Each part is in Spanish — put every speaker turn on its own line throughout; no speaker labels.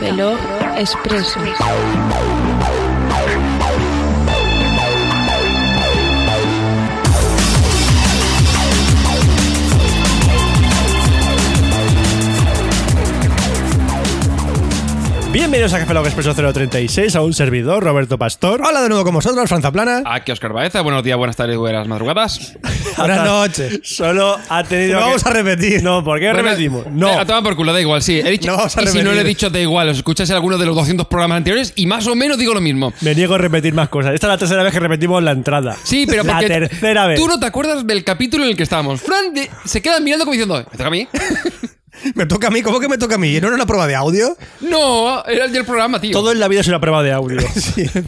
Veló Expreso.
Bienvenidos a Café Lock Expreso 036, a un servidor, Roberto Pastor.
Hola de nuevo con vosotros, Franza Plana.
Aquí Oscar Baeza, buenos días, buenas tardes, buenas madrugadas.
Buenas noches.
Solo ha tenido.
Lo
que-
vamos a repetir.
No, ¿por qué
Bueno,
repetimos?
eh,
No.
A tomar por culo, da igual, sí. He dicho,
No vamos a
y si no le he
repetir.
dicho, da igual, os escucháis alguno de los 200 programas anteriores y más o menos digo lo mismo.
Me niego a repetir más cosas. Esta es la tercera vez que repetimos la entrada.
Sí, pero
La
porque
tercera vez.
tú no te acuerdas del capítulo en el que estábamos. Fran de- se queda mirando como diciendo, ¿me toca a mí?
Me toca a mí, ¿cómo que me toca a mí? ¿No era una prueba de audio?
no, Oh, era el del programa, tío.
Todo en la vida es una prueba de audio.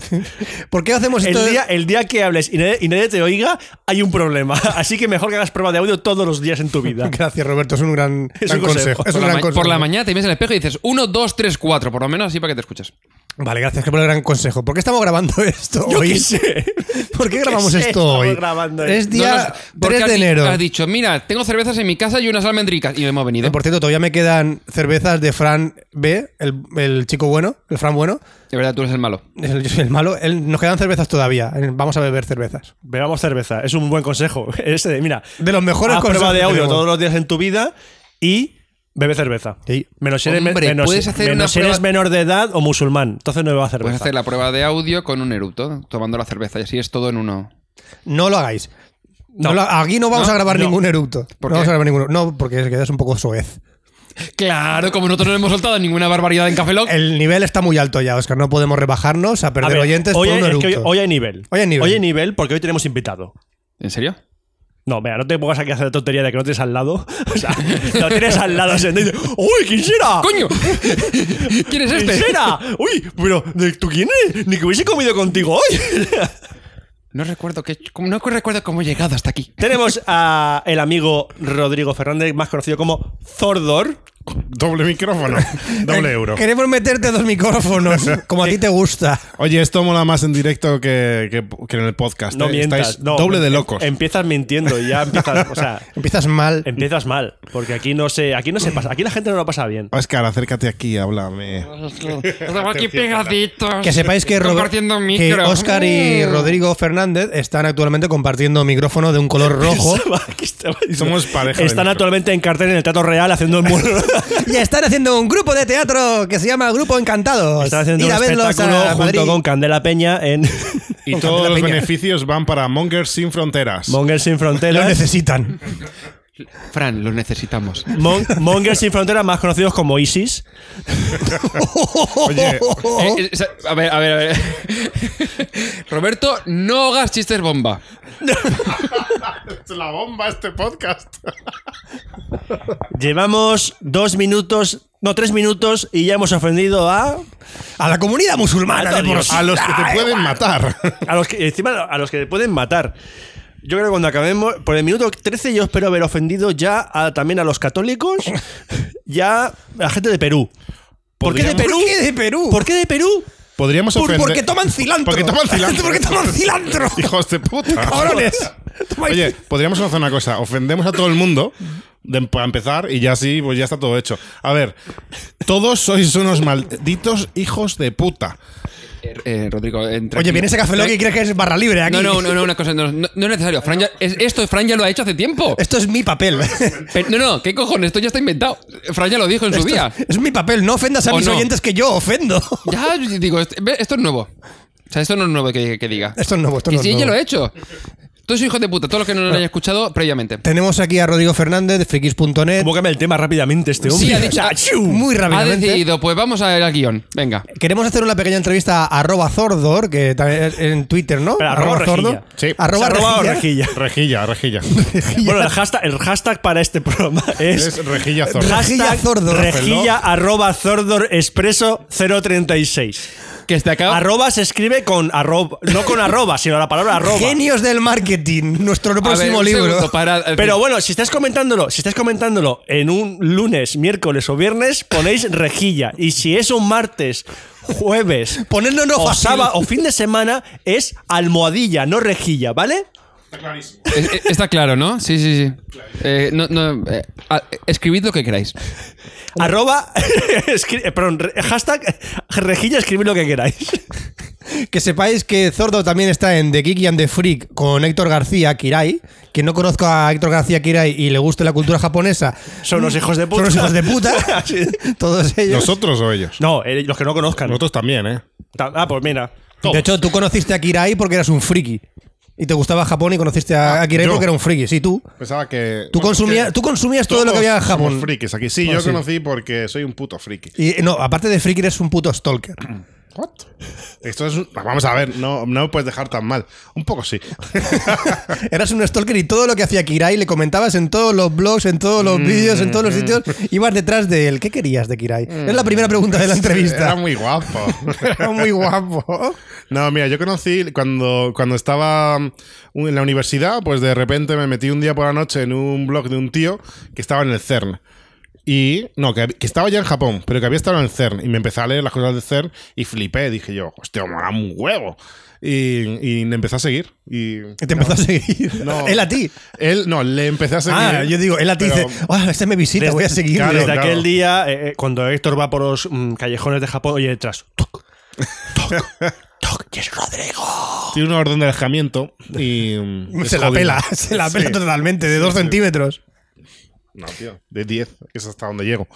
¿Por qué hacemos esto?
El día, el día que hables y nadie, y nadie te oiga, hay un problema. Así que mejor que hagas prueba de audio todos los días en tu vida.
Gracias, Roberto, es un gran,
Es
gran
un consejo.
consejo. Es
por,
un
la
gran
ma-
consejo.
por la mañana te miras en el espejo y dices, 1, 2, 3, 4, por lo menos así para que te escuches.
Vale, gracias por el gran consejo. ¿Por qué estamos grabando esto
Yo
hoy?
qué sé.
¿Por qué grabamos
sé,
esto
estamos
hoy?
grabando
es
esto.
No, no,
día
porque
3
has
de
di-
enero.
Has dicho, mira, tengo cervezas en mi casa y unas almendricas. Y hemos venido.
Eh, Por cierto, todavía me quedan cervezas de Fran B, el, el chico bueno, el Fran bueno.
De verdad, tú eres el malo.
El- Yo soy el malo. Él- nos quedan cervezas todavía. Eh, Vamos a beber cervezas.
Bebamos cerveza. Es un buen consejo. Ese de, mira,
De los mejores
haz prueba
consejos
de
que
audio
tenemos.
todos los días en tu vida y bebe cerveza.
Sí.
Menos si eres, men-
Hombre,
menos-
puedes hacer
menos
una
si eres
prueba-
menor de edad o musulmán. Entonces no beba cerveza.
Puedes hacer la prueba de audio con un eructo, tomando la cerveza. Y así es todo en uno.
No lo hagáis. No
No.
lo- aquí no vamos
No,
a grabar
no.
ningún eructo.
¿Por
no
qué?
vamos a grabar ninguno. No, porque es que es un poco soez.
Claro, como nosotros no hemos soltado ninguna barbaridad en Café Lock.
El nivel está muy alto ya, Oscar. No podemos rebajarnos a
A
perder
ver,
oyentes por
hoy, hay-
un
es
eructo.
que hoy, hoy hay nivel.
Hoy hay nivel.
porque hoy tenemos invitado.
¿En serio?
No, mira, no te pongas aquí a hacer la tontería de que no tienes al lado. O sea, lo tienes al lado. Se dice, ¡Uy, quién será!
¡Coño! ¿Quién es
¿Quién
este?
será? ¡Uy, pero ¿de- tú quién eres? Ni que hubiese comido contigo hoy.
No recuerdo que no recuerdo cómo he llegado hasta aquí.
Tenemos a el amigo Rodrigo Fernández, más conocido como Zordor.
Doble micrófono, doble euro.
Queremos meterte dos micrófonos, como a ti te gusta.
Oye, esto mola más en directo que, que- que en el podcast.
No
¿eh?
mientas.
Estáis
no,
doble de
em-
locos.
Empiezas mintiendo y ya empiezas. O sea,
Empiezas mal.
empiezas mal. Porque aquí no se, aquí no se pasa. Aquí la gente no lo pasa bien.
Oscar, acércate aquí, háblame.
Estamos aquí pegaditos.
Que sepáis que, Robert-
Compartiendo
que
micro.
Oscar y
Mm.
Rodrigo Fernández están actualmente compartiendo micrófono de un color rojo
¿Qué estaba
Y somos pareja. de
Están
micro.
actualmente en cartel en el Teatro Real haciendo el muro.
y están haciendo un grupo de teatro que se llama Grupo Encantados.
Están haciendo
Pues, Ir
un
a verlos
espectáculo
a Madrid.
junto con Candela Peña en
Y todos los
Peña.
beneficios van para Mongers sin fronteras.
Monger Sin
Lo
Fronteras.
necesitan.
Fran, lo necesitamos.
Mon- Monger Sin Fronteras, más conocidos como ISIS.
Oye,
Eh, eh, o sea, a ver, a ver, a ver. Roberto, no hagas chistes bomba.
es la bomba este podcast.
Llevamos dos minutos, no, tres minutos y ya hemos ofendido a.
A la comunidad musulmana de por sí.
A los que te pueden matar.
A los que, encima, a los que te pueden matar. Yo creo que cuando acabemos, por el minuto 13, yo espero haber ofendido ya a- también a los católicos, ya a la gente de Perú. ¿Por qué de Perú?
¿Por qué de Perú?
¿Por qué de Perú?
Podríamos
Por-
ofender.
porque toman cilantro.
Porque toman cilantro.
Porque toman cilantro.
Hijos de puta.
Cabrones. Tomáis
Oye, podríamos hacer una cosa. Ofendemos a todo el mundo de- para empezar y ya así, pues ya está todo hecho. A ver, todos sois unos malditos hijos de puta.
Eh, eh, Rodrigo, entra.
Oye,
aquí.
viene ese café Lock y crees que es barra libre aquí.
No, no, no, no, una cosa, no, no- no es necesario. Fran ya- es- esto Fran ya lo ha hecho hace tiempo.
Esto es mi papel.
Pero- no, no, ¿qué cojones? Esto ya está inventado. Fran ya lo dijo en su día.
es mi papel. No ofendas a
¿O
mis
no?
oyentes que yo ofendo.
Ya, yo digo, esto, ve, esto es nuevo. O sea, esto no es nuevo que, que diga.
Esto es nuevo, esto
y
no es
sí, yo
nuevo.
lo he hecho. Todos hijos de puta, todos los que no lo hayan escuchado previamente.
Tenemos aquí a Rodrigo Fernández de frikis.net.
¿Cómo cambia el tema rápidamente este hombre?
Sí, ha dicho.
O sea, ¡chiu!
Muy
Ha
rápidamente.
decidido, pues vamos a ver al guión. Venga.
Queremos hacer una pequeña entrevista a arroba Zordor, que también es en Twitter, ¿no?
Pero arroba rejilla.
Sí.
Arroba,
Arroba o
rejilla.
rejilla.
Rejilla, rejilla.
Bueno, el hashtag, el hashtag para este programa es.
es rejilla zorra.
Rejilla
hashtag
Zordor,
Rejilla arroba Zordor Expreso 036.
Que está acá.
Arroba se escribe con arroba, no con arroba, sino la palabra arroba.
Genios del marketing, nuestro
A ver,
próximo
un
libro.
segundo, para-
Pero bueno, si estás comentándolo, si estás comentándolo en un lunes, miércoles o viernes, ponéis rejilla. Y si es un martes, jueves,
Ponernos no
o
fácil.
sábado o fin de semana, es almohadilla, no rejilla, ¿vale?
Está clarísimo.
Es- es- Eh, Está claro, ¿no? Sí, sí, sí. Eh, no, no, eh, a- escribid lo que queráis.
Arroba, escri- eh, perdón, re- hashtag rejilla, escribid lo que queráis.
Que sepáis que Zordo también está en The Geek and the Freak con Héctor García Kirai. Que no conozco a Héctor García Kirai y le guste la cultura japonesa.
Son los hijos de puta.
Son los hijos de puta.
Sí.
Todos ellos.
¿Nosotros o ellos?
No, eh, los que no conozcan.
Nosotros también, ¿eh?
Ta- Ah, pues mira.
De hecho, tú conociste a Kirai porque eras un friki. Y te gustaba Japón y conociste a, a Kirai
yo.
porque era un friki. Sí, tú.
Pensaba que.
Tú,
bueno,
consumías,
que
tú consumías todo lo que
todos
había en Japón.
somos frikis aquí. Sí,
Bueno,
yo
sí.
conocí porque soy un puto friki.
Y, no, aparte de friki, eres un puto stalker.
Esto es. un- Vamos a ver, no, no me puedes dejar tan mal. Un poco sí.
Eras un stalker y todo lo que hacía Kirai le comentabas en todos los blogs, en todos
Mm,
los vídeos, en todos los sitios. Ibas detrás de él. ¿Qué querías de Kirai? Es la primera pregunta de la
Mm. Era
entrevista.
muy guapo.
Era muy guapo.
No, mira, yo conocí cuando, cuando estaba mm, en la universidad, pues de repente me metí un día por la noche en un blog de un tío que estaba en el CERN. Y, no, que, hab- que estaba ya en Japón, pero que había estado en el CERN. Y me empecé a leer las cosas del CERN y flipé. Dije yo, hostia, mola un huevo. Y, y le empecé a seguir. Y
Y te empezó a seguir.
No.
Él a ti.
él, no, le empecé a seguir.
Ah, yo digo, él a ti
pero-
dice, "Ah, este me visita,
Desde-
voy a seguir.
Claro,
Desde
claro.
aquel día, eh, eh, cuando Héctor va por los mm, callejones de Japón, oye detrás. Toc, toc, toc, y es Rodrigo.
Tiene una orden de alejamiento y. mm, es
Se la
jodido.
pela, se la pela
Sí.
totalmente, de dos
sí.
centímetros.
No, tío, de 10, es hasta donde llego.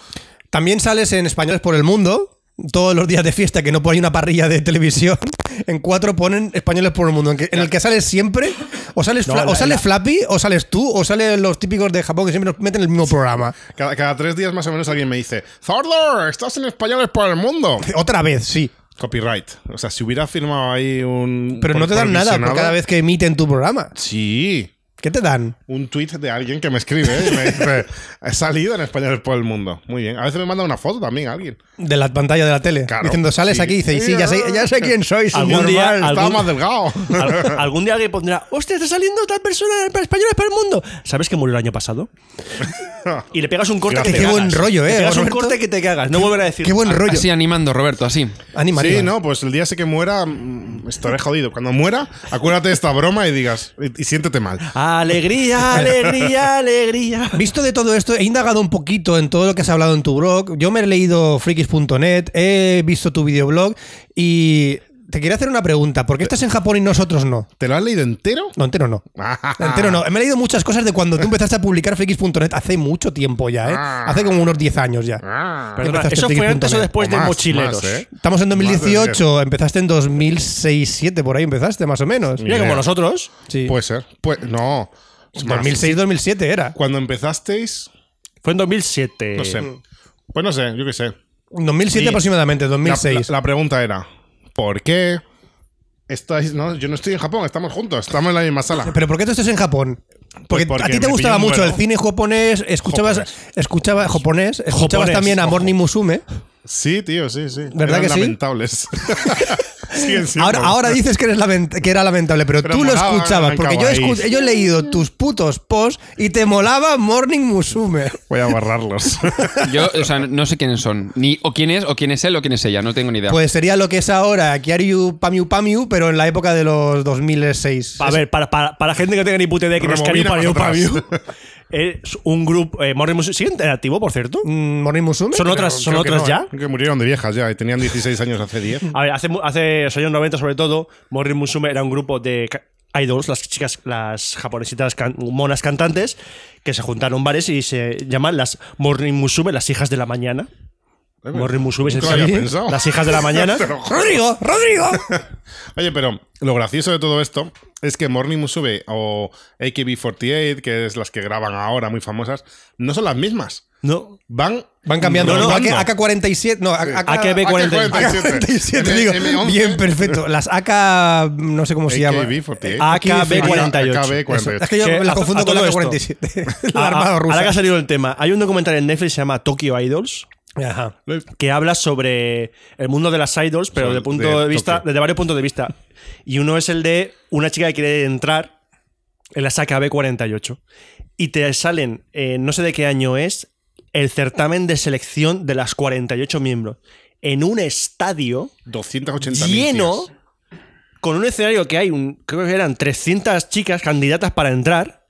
También sales en Españoles por el Mundo, todos los días de fiesta que no hay una parrilla de televisión. En cuatro ponen Españoles por el Mundo, en, que- en el que sales siempre, o sales,
No,
Fla-
la-
o sale
la-
Flappy, o sales tú, o salen los típicos de Japón que siempre nos meten en el mismo programa.
Cada, cada tres días más o menos alguien me dice, Zordor, estás en españoles por el mundo.
Otra vez, sí.
Copyright. O sea, si hubiera firmado ahí un...
Pero
por-
no te dan nada por
provisionado-
cada vez que emiten tu programa.
Sí.
¿Qué te dan?
Un tweet de alguien que me escribe ¿eh? y me dice, he salido en españoles por el mundo. Muy bien. A veces me manda una foto también alguien.
De la pantalla de la tele.
Claro,
Diciendo, sales
sí.
aquí. Dice, y sí, ya sé, ya sé quién sois.
Algún
subnormal".
día- al-
Estaba
¿Algún-
más delgado.
Al- algún día alguien pondrá, hostia, está saliendo tal persona para españoles para el mundo. ¿Sabes que murió el año pasado? Y le pegas un corte
Gracias.
que te
Qué
buen
cagas.
rollo, eh,
Le pegas un
Roberto.
corte que te cagas. No volverá a decir.
Qué buen rollo.
Así animando, Roberto, así.
Anima,
Sí,
anima.
no, pues el día ese que muera mm, estaré jodido. Cuando muera, acuérdate de esta broma y digas, y, y siéntete mal.
Alegría, alegría, alegría.
Visto de todo esto, he indagado un poquito en todo lo que has hablado en tu blog. Yo me he leído frikis.net, he visto tu videoblog y te quería hacer una pregunta. ¿Por qué estás en Japón y nosotros no?
¿Te lo has leído entero?
No, entero no.
Ah.
Entero no. Me he leído muchas cosas de cuando tú empezaste a publicar frikis.net hace mucho tiempo ya, ¿eh?
Ah.
Hace como unos 10 años ya.
Perdona,
este
Empezaste
¿Eso
en
fue antes o
tiki.net.
después pues
O
de
más,
Mochileros?
más, ¿eh?
Estamos en
Más de
2018, empezaste en 2006, 2007, por ahí empezaste, más o menos.
Mira,
Ni
como
idea.
nosotros.
Sí.
Puede ser. Pues, no. Es más,
2006, 2007 era.
Cuando empezasteis,
Fue en 2007.
no sé. Pues no sé, yo qué sé.
2007
Sí.
aproximadamente,
La,
2006.
la- la pregunta era, ¿por qué estáis... No, yo no estoy en Japón, estamos juntos, estamos en la misma sala.
¿Pero por qué tú estás en Japón? Porque,
Pues porque
a ti
me
te gustaba
pilló un
mucho
vuelo.
el cine japonés, escuchabas,
Japonés.
escuchaba japonés, escuchabas
Japonés,
también a
ojo.
Morning Musume.
Sí, tío, sí, sí.
¿Verdad
Eran
que sí?
lamentables. Siguen siendo.
Ahora, ahora dices que, eres lament- que era lamentable, pero,
Pero
tú lo
molaba,
escuchabas,
eran
porque yo,
kawaiis.
escu- yo he leído tus putos posts y te molaba Morning Musume.
Voy a barrarlos.
Yo, o sea, no sé quiénes son. Ni o quién es, o quién es él, o quién es ella. No tengo ni idea.
Pues sería lo que es ahora Kiaryu Pamiu Pamiu, pero en la época de los 2006.
A ver, para, para, para gente que no tenga ni puta idea de quién es Cariu Pariu
Rebobina para
Pariu,
atrás.
es un grupo. Eh, Morning Musume- ¿Siguen en activo, por cierto?
Mm, Morning Musume.
Son otras, son
Creo que
otras
no,
ya.
¿eh? Que murieron de viejas ya y tenían 16 años hace 10.
A ver, hace, mu- hace los años 90 sobre todo, Morning Musume era un grupo de ca- idols, las chicas, las japonesitas can- monas cantantes, que se juntaron bares y se llaman las Morning Musume, las hijas de la mañana. Morning Musume se
Nunca lo había
llama,
pensado.
las hijas de la mañana.
Te lo juro.
Rodrigo, Rodrigo.
Oye, pero lo gracioso de todo esto es que Morning Musume o AKB48, que es las que graban ahora muy famosas, no son las mismas.
no.
Van,
Mm.
Van cambiando.
No, no,
AK-
no.
AK-47. No, AK-
AKB47.
AK-47, digo.
M11.
Bien, perfecto. Las AK. No sé cómo se llama.
AKB48.
AKB48.
AKB48.
Es que yo
Que
la
a-
confundo
a
con la
todo esto.
AK-47. La
Ah,
armada rusa.
Ahora que ha salido el tema, hay un documental en Netflix que se llama Tokyo Idols
Ajá.
que habla sobre el mundo de las idols, pero
Sobre-
de punto
de
de, vista,
Tokio.
desde varios puntos de vista. Y uno es el de una chica que quiere entrar en la saca B48 y te salen, eh, no sé de qué año es, el certamen de selección de las 48 miembros en un estadio
280
lleno con un escenario que hay, un, creo que eran 300 chicas candidatas para entrar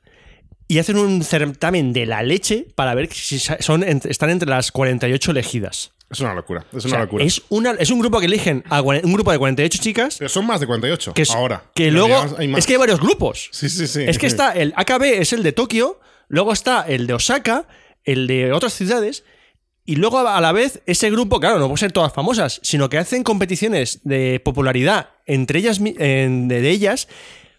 y hacen un certamen de la leche para ver si sa- son, en- están entre las 48 elegidas.
Es una locura. Es
O
una
sea,
locura.
es, una- es un grupo que eligen a cua- un grupo de 48 chicas
Pero son más de 48
que, es-
ahora.
que
En
luego...
realidad hay más.
Es que hay varios grupos.
Sí, sí, sí.
Es que está el AKB, es el de Tokio, luego está el de Osaka, el de otras ciudades, y luego a la vez ese grupo, claro, no pueden ser todas famosas, sino que hacen competiciones de popularidad entre ellas, mi- en- de, de ellas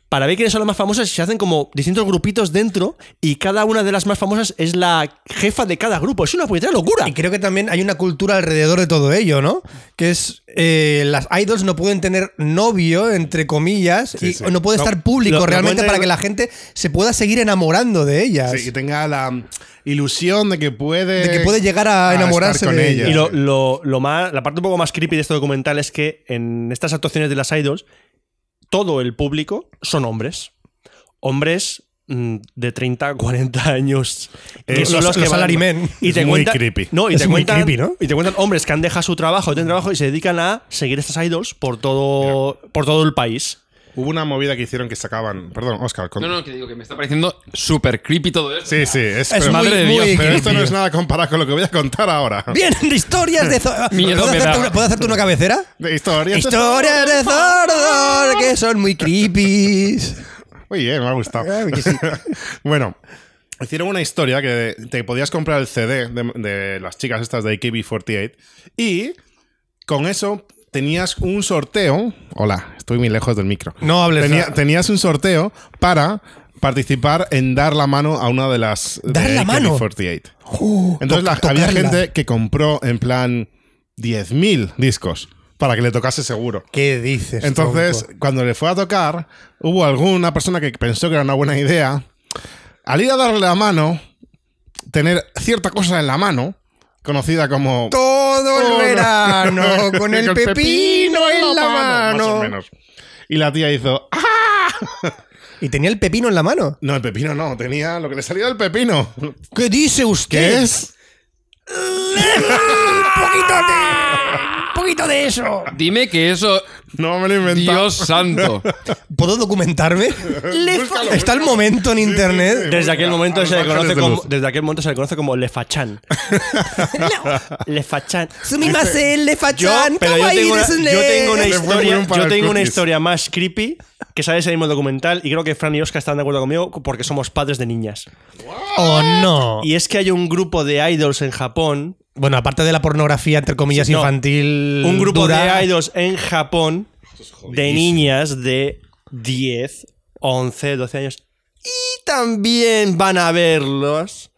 para ver quiénes son las más famosas y se hacen como distintos grupitos dentro y cada una de las más famosas es la jefa de cada grupo. Es una puñetera locura.
Y creo que también hay una cultura alrededor de todo ello, ¿no? Que es eh, las idols no pueden tener novio, entre comillas,
Sí,
y
sí.
no puede
No,
estar
lo-
público
lo
realmente
cuenta-
para que la gente se pueda seguir enamorando de ellas.
Sí, que tenga la mm, ilusión de que puede.
De que puede llegar a enamorarse
estar con
de
ella.
Y lo, lo- lo más, la parte un poco más creepy de este documental es que en estas actuaciones de las idols, todo el público son hombres. Hombres mm, de 30, 40 años. que
Eh,
son
los-
que
los
van-
salarymen.
Y te
Es muy
cuentan-
creepy.
No, y
Es
te
muy
cuentan,
creepy, ¿no?
Y te cuentan hombres que han dejado su trabajo, tienen trabajo y se dedican a seguir estas idols por todo, por todo el país.
Hubo una movida que hicieron que sacaban. Perdón, Oscar. con-
No, no, que digo que me está pareciendo súper creepy todo esto.
Sí, sí.
Es
Es, pero-
muy-
madre de
muy
Dios,
pero esto no
creepy.
es nada comparado con lo que voy a contar ahora.
Bien, de historias de zo-
Miedo
¿Puedo
me da.
hacerte, una, puedo hacerte una cabecera?
De historias.
Historias de zordos que son muy creepy.
Muy bien, eh, me ha
Ah,
gustado.
que sí.
bueno, hicieron una historia que te podías comprar el CD de, de las chicas estas de AKB48 y con eso tenías un sorteo. Hola, estoy muy lejos del micro.
No hables.
Tenía-
nada.
tenías un sorteo para participar en dar la mano a una de las de
¿Dar la mano?
AKB48.
Uh,
Entonces
toc-
la- había
tocarla.
gente que compró en plan 10.000 discos para que le tocase seguro.
¿Qué dices?
Entonces,
tronco?
cuando le fue a tocar, hubo alguna persona que pensó que era una buena idea. Al ir a darle la mano, tener cierta cosa en la mano, conocida como.
Todo el verano con el pepino en la
Más o
mano.
menos. Y la tía hizo. "Ah".
Y tenía el pepino en la mano.
No, el pepino no, tenía lo que le salía del pepino.
¿Qué dice usted?
¿Qué es?
poquito de, poquito de eso.
Dime que eso.
No me lo he inventado.
Dios santo.
¿Puedo documentarme?
Búscalo,
Está el
búscalo.
momento en
Sí, sí, sí,
internet.
Desde
busca
aquel momento
a
se
los
le conoce
ángeles de
como,
luz.
desde aquel momento se le conoce como Lefachan. Lefachan.
Este,
Sumimase el
Yo,
lefachan,
pero yo
kawaii
tengo, una,
desu ne.
yo tengo una
Le fue muy
historia,
bien para
yo
el
tengo una
cookies.
historia más creepy que sale de ese mismo documental y creo que Fran y Oscar están de acuerdo conmigo porque somos padres de niñas.
Oh,
Ah.
no.
Y es que hay un grupo de idols en Japón,
Bueno, aparte de la pornografía, entre comillas,
Sí, no.
infantil.
un grupo
dura,
de idols en Japón de niñas de 10, 11, 12 años y también van a verlos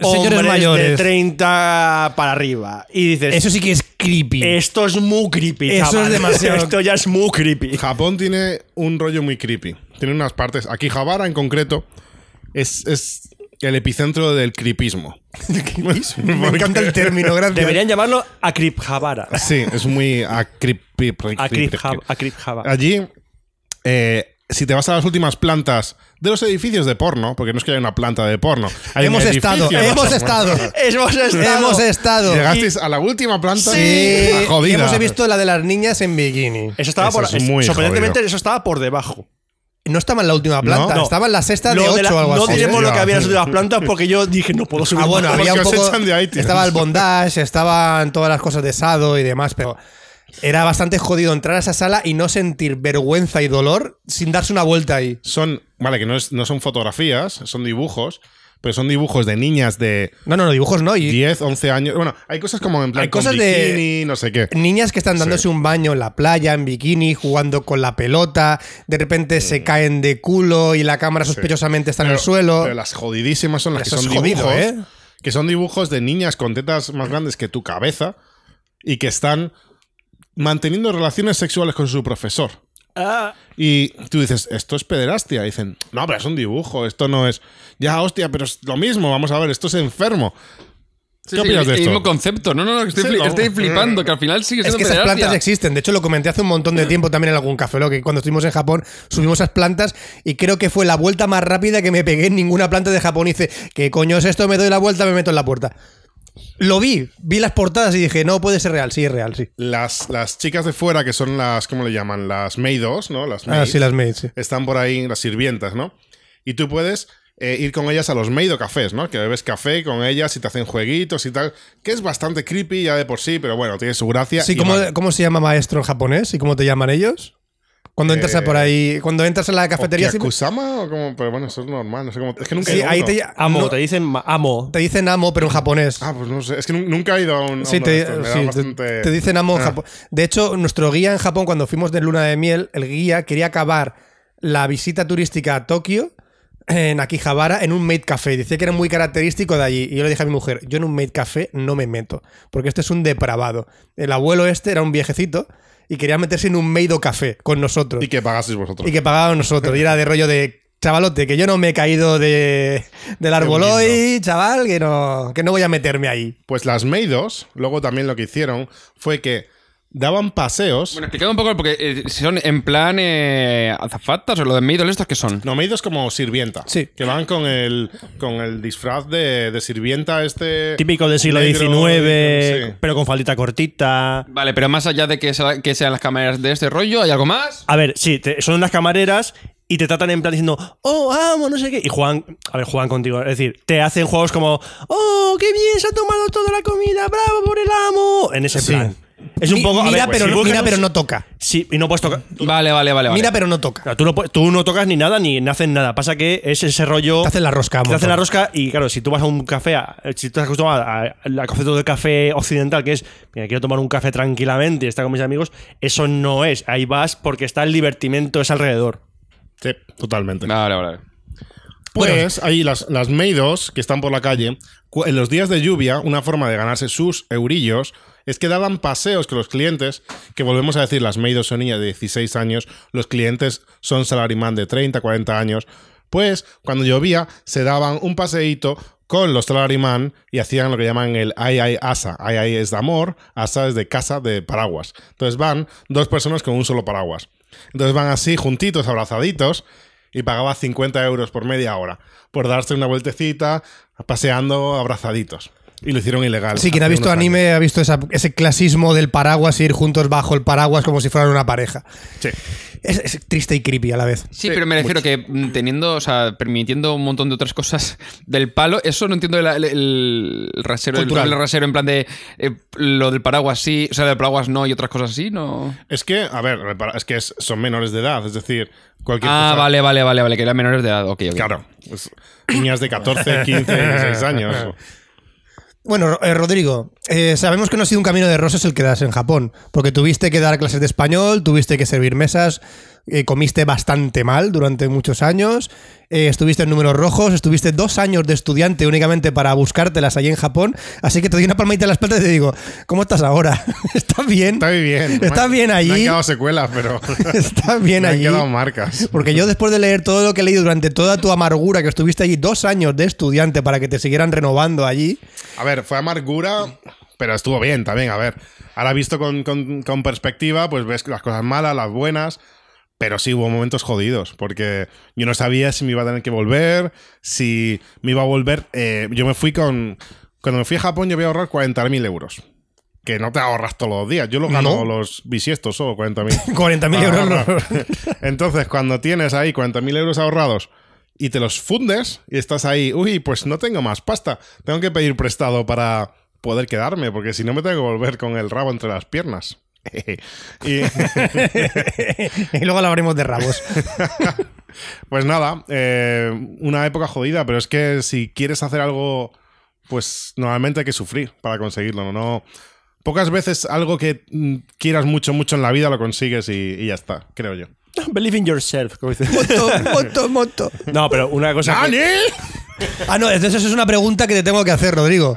Señores
hombres de
mayores.
30 para arriba y dices
Eso sí que es creepy.
esto es muy creepy
Eso es
chaval.
demasiado.
esto ya es muy creepy
Japón tiene un rollo muy creepy. Tiene unas partes. Aquí Javara en concreto es, es el epicentro del creepismo.
Me encanta el término, gracias.
Deberían llamarlo Akripjabara.
Sí, es muy a creepy.
Akripjab- Akripjaba.
Allí, eh, si te vas a las últimas plantas de los edificios de porno, porque no es que haya una planta de porno. hay un
Hemos
edificio
estado,
de
hemos
porno.
estado.
Hemos estado.
Hemos estado.
Llegasteis a la última planta.
Sí.
y- Ah, jodida.
Hemos visto la de las niñas en bikini.
Eso estaba
Eso
por,
es muy
sorprendentemente
jodido.
eso estaba por debajo.
No estaba en la última planta,
No.
estaba en la sexta de
Lo
8
de la-
o algo
no
así.
diremos lo que había en las
Sí.
últimas plantas porque yo dije no puedo subir.
Ah, bueno,
más.
Porque
había un
os
poco.
echan de iTunes.
Estaba el bondage, estaban todas las cosas de Sado y demás, pero era bastante jodido entrar a esa sala y no sentir vergüenza y dolor sin darse una vuelta ahí.
Son. Vale, que no, es- no son fotografías, son dibujos. Pero son dibujos de niñas de
No, no, no, dibujos no. Y
10, 11 años. Bueno, hay cosas como en plan
Hay
con
cosas de-
bikini, no sé qué.
niñas que están dándose un baño en la playa, en bikini, jugando con la pelota, de repente se caen de culo y la cámara sospechosamente está en el
Pero-
suelo.
Pero las jodidísimas son las
Eso
que son
es jodido,
dibujos.
¿eh?
Que son dibujos de niñas con tetas más grandes que tu cabeza y que están manteniendo relaciones sexuales con su profesor.
Ah,
Y tú dices, esto es pederastia. Y dicen, no, pero es un dibujo, esto no es. Ya, hostia, pero es lo mismo, vamos a ver, esto es enfermo.
Sí,
¿Qué
sí,
opinas de
el
esto?
mismo concepto. No, no, no, que estoy,
Sí,
fli-
no.
estoy flipando, que al final sigue
Es
siendo
que esas
pederastia.
plantas existen. De hecho, lo comenté hace un montón de tiempo también en algún café, lo que cuando estuvimos en Japón subimos esas plantas y creo que fue la vuelta más rápida que me pegué en ninguna planta de Japón. Y hice, ¿qué coño es esto? Me doy la vuelta, me meto en la puerta. Lo vi, vi las portadas y dije, no puede ser real, sí es real, sí.
Las, las chicas de fuera, que son las, ¿cómo le llaman? Las maidos, ¿no? Las
Ah,
maids,
sí, las maids, sí.
Están por ahí las sirvientas, ¿no? Y tú puedes eh, ir con ellas a los maido cafés, ¿no? Que bebes café con ellas y te hacen jueguitos y tal, que es bastante creepy ya de por sí, pero bueno, tiene su gracia.
Sí,
y
¿cómo,
vale.
¿cómo se llama maestro en japonés y cómo te llaman ellos? Cuando entras
Eh,
a por ahí, cuando entras a la cafetería, siempre-
¿Okiakusama o como? Pero bueno, eso es normal, no sé cómo. Es que nunca he
sí,
ido a
ahí
uno.
te, ll-
Amo,
no,
te dicen ma- amo.
te dicen amo, pero en japonés.
Ah, pues no sé, es que nun- nunca he ido a un. a
Sí,
uno de
te,
estos, me da
sí, te-
bastante-
te dicen amo en
Ah.
Japón. De hecho, nuestro guía en Japón, cuando fuimos de luna de miel, el guía quería acabar la visita turística a Tokio eh, en Akihabara en un maid café. Dice que era muy característico de allí. Y yo le dije a mi mujer, yo en un maid café no me meto, porque este es un depravado. El abuelo este era un viejecito y quería meterse en un maido café con nosotros.
Y que pagasteis vosotros.
Y que pagábamos nosotros. Y era de rollo de. Chavalote, que yo no me he caído de, del árbol
lindo.
hoy, chaval, que no, que no voy a meterme ahí.
Pues las Maidos, luego también lo que hicieron fue que daban paseos.
Bueno, explicad un poco, porque eh, si son en plan eh, azafatas o lo de middle, ¿estos qué son?
No, Maidos como sirvienta.
Sí.
Que van con el, con el disfraz de, de sirvienta este.
Típico del siglo
negro,
XIX,
sí.
pero con faldita cortita.
Vale, pero más allá de que, sea- que sean las cámaras de este rollo, ¿hay algo más?
A ver, sí, te- son unas camareras y te tratan en plan diciendo, oh, amo, no sé qué. Y juegan, a ver, juegan contigo. Es decir, te hacen juegos como, oh, qué bien, se ha tomado toda la comida, bravo por el amo. En ese plan. Es un
Mi-
poco. a
mira,
ver, pues,
pero,
si
no-
buscas
mira,
un-
pero no toca.
Sí, y no puedes tocar.
Vale, vale, vale. vale.
Mira, pero no toca.
Claro, tú no, pu- tú no tocas ni nada, ni hacen nada. Pasa que es ese rollo.
Te hacen la rosca,
Te
vamos.
hacen la rosca y, claro, si tú vas a un café, a- si tú estás acostumbrado a- a- al concepto de café occidental, que es, mira, quiero tomar un café tranquilamente y estar con mis amigos, eso no es. Ahí vas porque está el divertimento, es alrededor.
Sí, totalmente.
Vale, vale. vale.
Pues ahí las, las Maidos que están por la calle, cu- en los días de lluvia, una forma de ganarse sus eurillos es que daban paseos que los clientes, que volvemos a decir, las Maidos son niñas de 16 años, los clientes son salarimán de 30, 40 años, pues cuando llovía se daban un paseíto con los salarimán y hacían lo que llaman el ay ay asa. Ay ay es de amor, asa es de casa de paraguas. Entonces van dos personas con un solo paraguas. Entonces van así, juntitos, abrazaditos, y pagaba 50 euros por media hora por darse una vueltecita paseando abrazaditos. Y lo hicieron ilegal.
Sí, quien ha
hace
visto
unos años.
anime ha visto esa- ese clasismo del paraguas ir juntos bajo el paraguas como si fueran una pareja.
Sí.
Es, es triste y creepy a la vez.
Sí, pero me refiero que mm, teniendo, o sea, permitiendo un montón de otras cosas del palo, eso no entiendo el, el- el rasero, el
Cultural.
doble rasero en plan de eh, lo del paraguas sí, o sea, del paraguas no y otras cosas así, ¿no?
Es que, a ver, repara- es que es- son menores de edad, es decir, cualquier
Ah,
cosa-
vale, vale, vale, vale, que eran menores de edad, ok, ok.
Claro. pues, niñas de 14, 15, 16 años.
Bueno, eh, Rodrigo, eh, sabemos que no ha sido un camino de rosas el que das en Japón, porque tuviste que dar clases de español, tuviste que servir mesas, eh, comiste bastante mal durante muchos años, eh, estuviste en números rojos, estuviste dos años de estudiante únicamente para buscártelas allí en Japón, así que te doy una palmadita en la espalda y te digo, ¿cómo estás ahora? ¿Estás bien?
Está bien.
Está bien
Me han- Me han
allí.
quedado secuelas, pero.
Está bien
me han
allí.
quedado marcas.
Porque yo después de leer todo lo que he leído durante toda tu amargura, que estuviste allí dos años de estudiante para que te siguieran renovando allí,
A ver, fue amargura, pero estuvo bien también. A ver, ahora visto con, con- con perspectiva, pues ves las cosas malas, las buenas. Pero sí hubo momentos jodidos, porque yo no sabía si me iba a tener que volver, si me iba a volver. eh, yo me fui con. Cuando me fui a Japón, yo voy a ahorrar 40.000 euros. Que no te ahorras todos los días. Yo lo
No.
gano los bisiestos solo, 40.000.
40.000
Para
euros. no-
ahorrar. Entonces, cuando tienes ahí 40.000 euros ahorrados y te los fundes y estás ahí, uy, pues no tengo más pasta, tengo que pedir prestado para poder quedarme, porque si no me tengo que volver con el rabo entre las piernas. y
y luego hablaremos de rabos.
pues nada, eh, una época jodida, pero es que si quieres hacer algo, pues normalmente hay que sufrir para conseguirlo, ¿no? no Pocas veces algo que mm, quieras mucho, mucho en la vida lo consigues y- y ya está, creo yo.
Believe in yourself. como dice.
Moto, moto, moto.
No, pero una cosa. que-
Ah, no, entonces es una pregunta que te tengo que hacer, Rodrigo.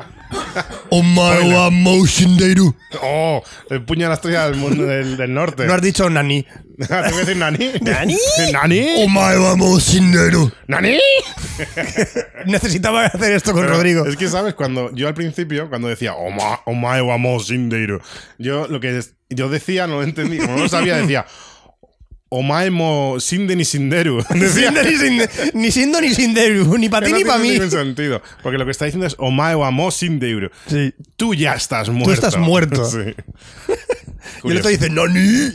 Omae wa Moshindeiru.
Oh, el puño a la estrella del mundo del, del norte.
No has dicho nani.
Te voy a decir nani. ¿Nani? ¿Nani?
Omae wa Moshindeiru.
¿Nani?
Necesitaba hacer esto con Rodrigo.
Es que, ¿sabes? Cuando yo al principio, cuando decía "Oh, "Oma- Omae wa mo shinderu", yo lo que des- yo decía "Oh, no lo entendí. Como no lo sabía, decía Omaemo Sinde ni Sinderu. Decía,
Sindo ni sin- ni siendo ni sin deru, ni para ti
que no
ni
tiene
para mí.
ningún sentido. Porque lo que está diciendo es "Oh, Omae wa mo Sinderu.
Sí.
Tú ya estás muerto.
estás muerto.
Sí.
Y el otro dice, ¡Nani!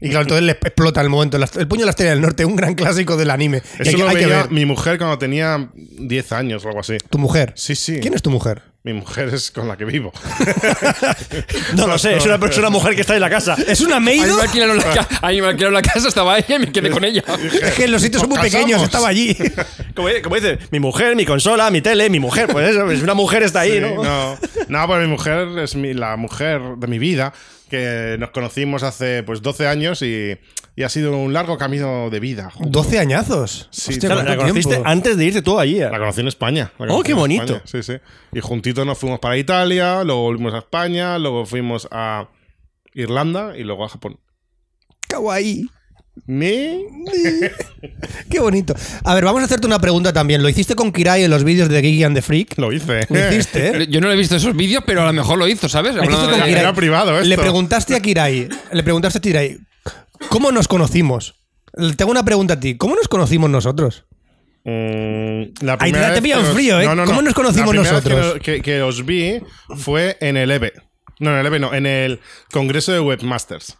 Y claro, entonces le explota el momento. las- El puño de la estrella del norte, un gran clásico del anime. que
Eso
hay, que-
lo
hay que
veía
ver.
mi mujer cuando tenía 10 años o algo así.
Tu mujer.
Sí, sí.
¿Quién es tu mujer?
Mi mujer es con la que vivo.
No lo sé, es una persona mujer que está en la casa.
¿Es una
A mí
maid?
me alquilaron la, ca- a mí me alquilaron la casa, estaba ella y me quedé con ella.
Es que los sitios son muy
Nos
pequeños,
casamos.
estaba allí.
Como, como dice, mi mujer, mi consola, mi tele, mi mujer. Pues eso, es una mujer está ahí,
Sí,
¿no?
No, no pues mi mujer es mi- la mujer de mi vida, que nos conocimos hace pues 12 años y, y ha sido un largo camino de vida.
12 añazos.
Sí,
O sea, la
¿cuánto
conociste
tiempo?
antes de irte tú eh? allí.
La conocí en España. la
Oh,
conocí
qué
en
bonito.
España, Sí, sí. Y juntitos nos fuimos para Italia, luego volvimos a España, luego fuimos a Irlanda y luego a Japón.
Kawaii.
Ni
Qué bonito. A ver, vamos a hacerte una pregunta también. ¿Lo hiciste con Kirai en los vídeos de Geeky and the Freak?
lo hice.
Lo hiciste, ¿eh?
Yo no le he visto esos vídeos, pero a lo mejor lo hizo, ¿sabes?
Aquí estoy
de-
con
Era
Kirai.
privado esto.
Le preguntaste a Kirai, le preguntaste a Kirai, ¿cómo nos conocimos? Tengo una pregunta a ti. ¿Cómo nos conocimos nosotros?
Mm, la
Ay,
primera
te
vez
pillan
que nos-
frío, ¿eh?
No, no,
¿Cómo
no.
nos conocimos
La primera vez
nosotros?
Que, que os vi fue en el EVE. No, en el EVE no, en el Congreso de Webmasters.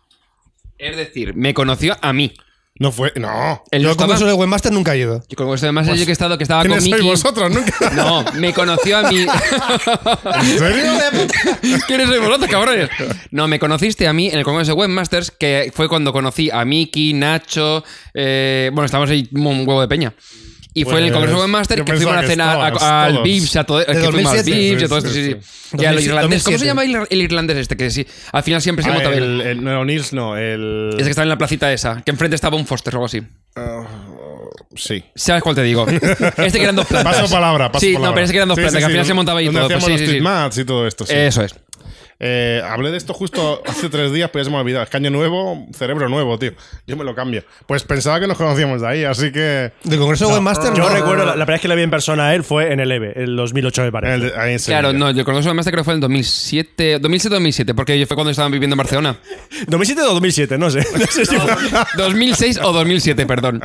Es decir, me conoció a mí.
No fue, no.
Él
Yo
no
al
estaba-
congreso de Webmaster nunca he ido.
Yo con esto además yo que he estado, que estaba con
Pues, ¿Quiénes sois
Miki.
vosotros? Nunca.
No, me conoció a mí.
¿En serio?
¿Quiénes sois vosotros, cabrones? No, me conociste a mí en el Congreso de Webmasters, que fue cuando conocí a Miki, Nacho. eh, bueno, estábamos ahí como un huevo de peña. Y fue en el
Pues,
Congreso de Webmasters
yo
que fuimos a
pensaba que
cenar a-
estabas
a- al
todos.
Vips, a todo. es que fuimos al
2007.
Vips, y a todo
Sí,
esto, sí,
sí,
sí. Y
2007,
al irlandés. ¿Cómo
2007?
se llama el, el irlandés este? Que sí, al final siempre se
Ah,
vota bien.
el, el, no, Nils no, el.
Ese que estaba en la placita esa, que enfrente estaba un Foster o algo así.
Sí.
¿Sabes cuál te digo? Este que eran dos plantas.
Paso palabra, paso
Sí,
palabra.
no, pero ese que eran dos
Sí,
plantas,
sí,
que al
sí,
final se montaba ahí
donde
todo. pues
hacíamos
sí,
los
sí, sí.
tweetmats y todo esto. sí.
Eso es.
Eh, hablé de esto justo hace tres días, pero ya se me ha olvidado. Es que año nuevo, cerebro nuevo, tío. Yo me lo cambio. Pues pensaba que nos conocíamos de ahí, así que.
Del congreso de Webmaster
Yo
no.
recuerdo, la, la primera vez que la vi en persona a él fue en el EVE, en 2008 me parece.
en el- ahí en
Claro,
Sevilla.
no, yo el Congreso de Master creo que fue en el 2007, 2007-2007, porque yo fue cuando estaban viviendo en Barcelona.
2007 o 2007, no sé. No sé si fue-
2006 o 2007, perdón.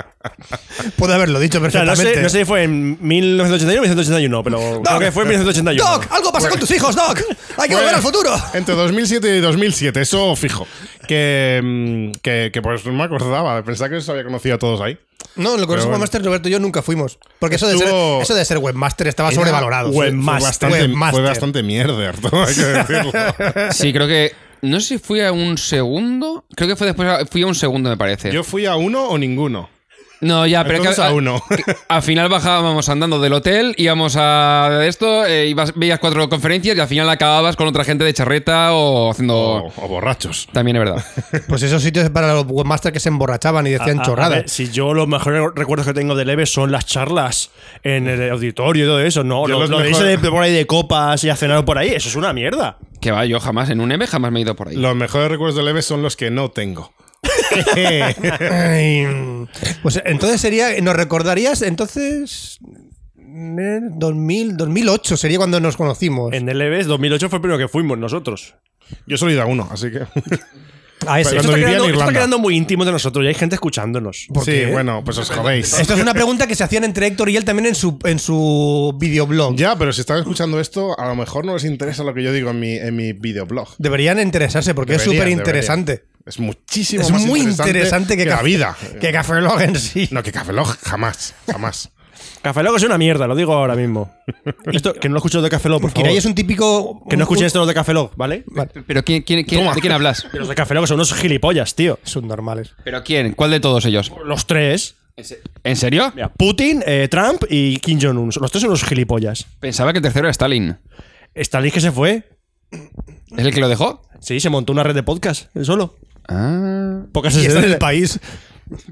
Puede haberlo dicho
o sea, no,
perfectamente.
sé, no sé si fue en 1981 o 1981, pero creo que fue en 1981.
Doc, algo pasa con tus hijos, Doc. Hay que
Bueno,
volver al futuro.
Entre 2007 y 2007, eso fijo. Que, mm, que, que, pues no me acordaba, pensaba que os había conocido a todos ahí.
No, el congreso de
bueno.
Webmaster, Roberto y yo nunca fuimos. Porque eso de, ser,
Estuvo-
eso de ser Webmaster estaba
Era
sobrevalorado.
Fue-
Webmaster.
Fue bastante,
Webmaster.
Fue bastante mierda, todo hay que decirlo.
Sí, creo que. No sé si fui a un segundo. Creo que fue después. a- Fui a un segundo, me parece.
Yo fui a uno o ninguno.
no, ya, pero
Entonces
que.
a uno.
que al final bajábamos andando del hotel, íbamos a esto, eh, ibas- veías cuatro conferencias y al final acababas con otra gente de charreta o haciendo.
O, o borrachos.
También es verdad.
Pues esos sitios para los Webmaster que se emborrachaban y
A-
decían
a- a ver,
chorradas.
si yo los mejores recuerdos que tengo del EVE son las charlas en el auditorio y todo eso, no.
Yo
Lo,
los
lo de
mejor-
irse de por ahí de copas y a cenar por ahí, eso es una mierda.
que va, yo jamás, en un M jamás me he ido por ahí.
Los mejores recuerdos del EVE son los que no tengo.
Ay, pues entonces sería. ¿Nos recordarías entonces.? eh, 2000, 2008 sería cuando nos conocimos.
En el EVE 2008 fue el primero que fuimos nosotros.
Yo solo he ido a uno, así que.
a ese.
Cuando
Esto Ah, está,
vivía en
quedando, esto está
Irlanda.
quedando muy íntimo de nosotros y hay gente escuchándonos.
¿Por
sí,
qué?
bueno, pues os jodéis.
Esto es una pregunta que se hacían entre Héctor y él también en su, en su videoblog.
Ya, pero si están escuchando esto, a lo mejor no les interesa lo que yo digo en mi, en mi videoblog.
Deberían interesarse porque es
Deberían,
súper interesante.
deberían. Es muchísimo
Es
más
muy interesante que,
la
Café-
vida.
Que Café Log en sí.
No, que Café Log, jamás, jamás.
Café Lock es una mierda, lo digo ahora mismo. Esto, que no lo escucho de Café Lock, por favor.
Kirai es un típico.
Que no escuchen esto los de Café Lock, ¿vale?
Pero ¿quién, quién- quién-
Toma.
¿de quién hablas?
Que Los de Café Lock son unos gilipollas, tío.
Son normales.
¿Pero quién? ¿Cuál de todos ellos?
Los tres.
¿En serio?
Mira, Putin, eh, Trump y Kim Jong-un. Los tres son unos gilipollas.
Pensaba que el tercero era Stalin.
Stalin que se fue.
¿Es el que lo dejó?
Sí, se montó una red de podcast, él solo.
Ah.
Pocas
Y está en
SL.
el país.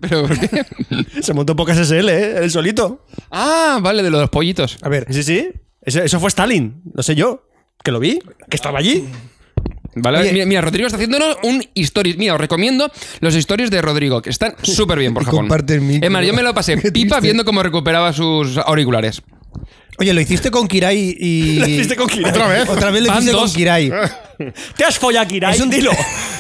¿Pero por qué?
Se montó Pocas SL, ¿eh? él solito.
ah, vale, de los pollitos.
A ver,
Sí, sí. Eso, eso fue Stalin, lo sé yo. Que lo vi, que estaba allí.
Vale,
Oye.
mira, mira, Rodrigo está haciéndonos un stories. Mira, os recomiendo los stories de Rodrigo, que están súper bien por
Y
Japón.
comparte el micro.
Es más, yo me lo pasé
Qué
pipa
triste.
viendo cómo recuperaba sus auriculares.
Oye, lo hiciste con Kirai y.
Lo hiciste con Kirai.
Otra vez.
Otra vez lo
Van
hiciste con
dos.
Kirai.
¿Te has follado, Kirai?
Es un-
Dilo.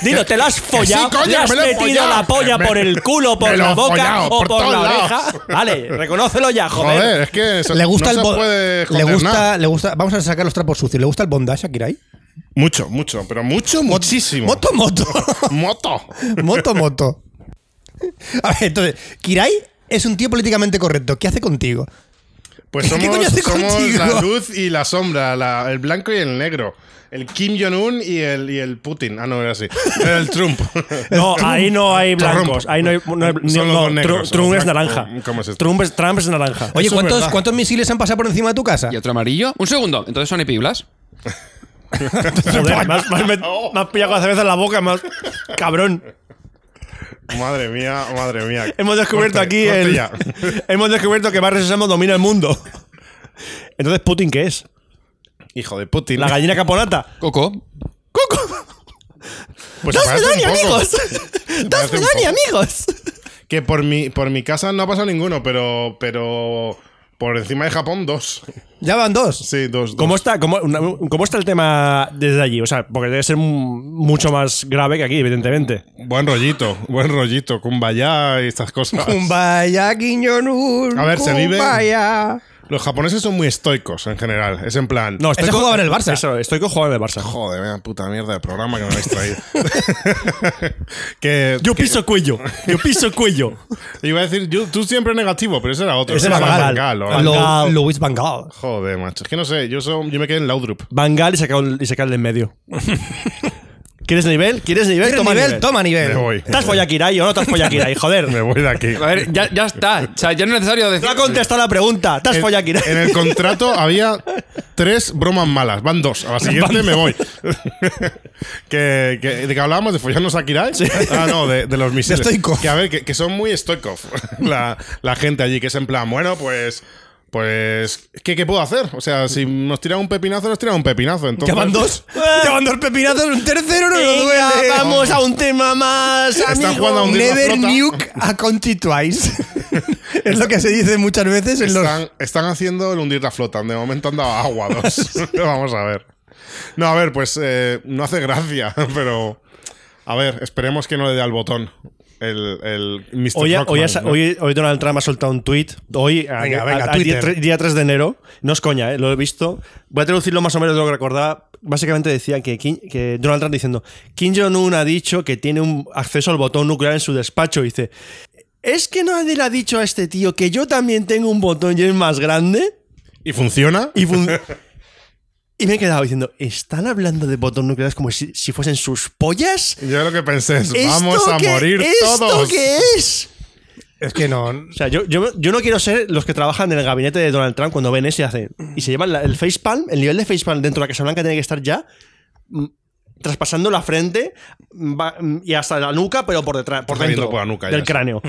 Dilo, ¿te la has follado?
coño,
¿Le has
me lo he
metido
follado.
la polla
Me-
por el culo, por
me lo
la
he
boca
follado,
o
por
por,
todos
la
lados.
oreja? Vale, reconócelo ya, joder.
Joder, es que eso-
Le gusta
no
el
se
bo-
puede
le
joder nada.
gusta, le gusta. Vamos a sacar los trapos sucios. ¿Le gusta el bondage a Kirai?
Mucho, mucho, pero mucho, muchísimo.
Moto, moto.
Moto.
moto, moto. A ver, entonces, Kirai es un tío políticamente correcto. ¿Qué hace contigo?
Pues
¿Qué
somos,
coño hace
somos
contigo?
la luz y la sombra, la- el blanco y el negro. El Kim Jong-un y el, y el Putin. Ah, no, era así. Era el Trump.
No, ahí no hay blancos. Ahí no hay. No hay-
Son los
no,
dos negros,
Tru-
son
Trump
los
es
blancos.
naranja.
¿Cómo es esto?
Trump es, Trump es naranja.
Oye,
Eso es
¿cuántos,
verdad.
¿cuántos misiles han pasado por encima de tu casa?
¿Y otro amarillo? Un segundo. Entonces son epiblas.
Joder, más, más, me, me has pillado con la cerveza en la boca, más. Cabrón.
Madre mía, madre mía.
Hemos descubierto
Corte,
aquí
corte
el.
ya.
hemos descubierto que Barry Sésamo domina el mundo. Entonces, ¿Putin qué es?
Hijo de Putin.
¿La gallina caponata?
Coco.
Pues se parece un poco. Se parece un poco.
amigos!
Que por mi, por mi casa no ha pasado ninguno, pero, pero por encima de Japón, dos.
Ya van dos.
Sí, dos. dos.
¿Cómo está, cómo, una- cómo está el tema desde allí? O sea, porque debe ser un- mucho más grave que aquí, evidentemente.
Buen rollito, buen rollito. Kumbaya y estas cosas.
Vaya Quiñonur.
A ver, se vive-
Vaya.
Los japoneses son muy estoicos en general. Es en plan.
No, estoy
Ese
con-
jugaba en el Barça.
Eso, estoy con jugador del Barça.
Joder, vaya puta mierda de programa que me habéis traído. que,
Yo piso cuello, yo piso cuello.
Iba a decir, yo- tú siempre negativo, pero ese era otro.
Ese
Ese
era
era
Van
Van Gaal,
Gaal.
¿no?
Lo-
Luis Van Gaal.
Joder, macho. Es que no sé, yo, son, yo me quedé en Laudrup.
Bangal y se cae y se cae el de en medio. ¿Quieres nivel? ¿Quieres nivel?
¿Quieres
Toma
nivel?
nivel.
Toma nivel.
Me voy.
¿Estás follaquiray o no estás follaquiray? Joder.
Me voy de aquí.
A ver, ya, ya está. O sea, ya no es necesario decir.
No ha contestado la pregunta. ¿Estás
En,
follaquiray?
en el contrato había tres bromas malas. Van dos. A la siguiente me voy. que, que- ¿De que hablábamos? ¿De follarnos a Kirai? Ah, no, de, de los misiles.
De Stoikov.
Que a ver, que, que son muy Stoikov la, la gente allí, que es en plan, bueno, pues. Pues, ¿qué, ¿qué puedo hacer? O sea, si nos tiran un pepinazo, nos tiran un pepinazo. Entonces,
Ya van dos.
Ah.
Ya van dos pepinazos. Un tercero no lo duele.
Venga, vamos a un tema más.
Están
amigo.
jugando a hundir la
Never
flota.
nuke a country twice. es lo que se dice muchas veces en los.
Están, están haciendo el hundir la flota. De momento han dado agua dos. Vamos a ver. No, a ver, pues eh, no hace gracia, pero. A ver, esperemos que no le dé al botón el, el Mr.
Hoy, hoy,
Rockman,
has-
¿no?
hoy- hoy Donald Trump ha soltado un tweet. Hoy, a-
Venga,
a-
venga,
a-
Twitter.
día, tre- día 3 de enero. No es coña, eh, lo he visto. Voy a traducirlo más o menos de lo que recordaba. Básicamente decía que, Kim- que Donald Trump diciendo: Kim Jong-un ha dicho que tiene un acceso al botón nuclear en su despacho. Y dice: ¿Es que nadie le ha dicho a este tío que yo también tengo un botón y es más grande?
¿Y funciona?
Y, fun- y me he quedado diciendo: ¿Están hablando de botón nuclear como si, si fuesen sus pollas?
Yo lo que pensé es:
¿Esto
vamos a
qué-
morir
¿esto
todos.
qué es?
Es que no.
O sea, yo, yo, yo no quiero ser los que trabajan en el gabinete de Donald Trump cuando ven eso y hacen. Y se llevan la- el facepalm, el nivel de facepalm dentro de la Casa Blanca tiene que estar ya mm, traspasando la frente mm, va- mm, y hasta la nuca, pero por detrás, por
Está
dentro
viendo por la nuca, ya
del
está.
cráneo.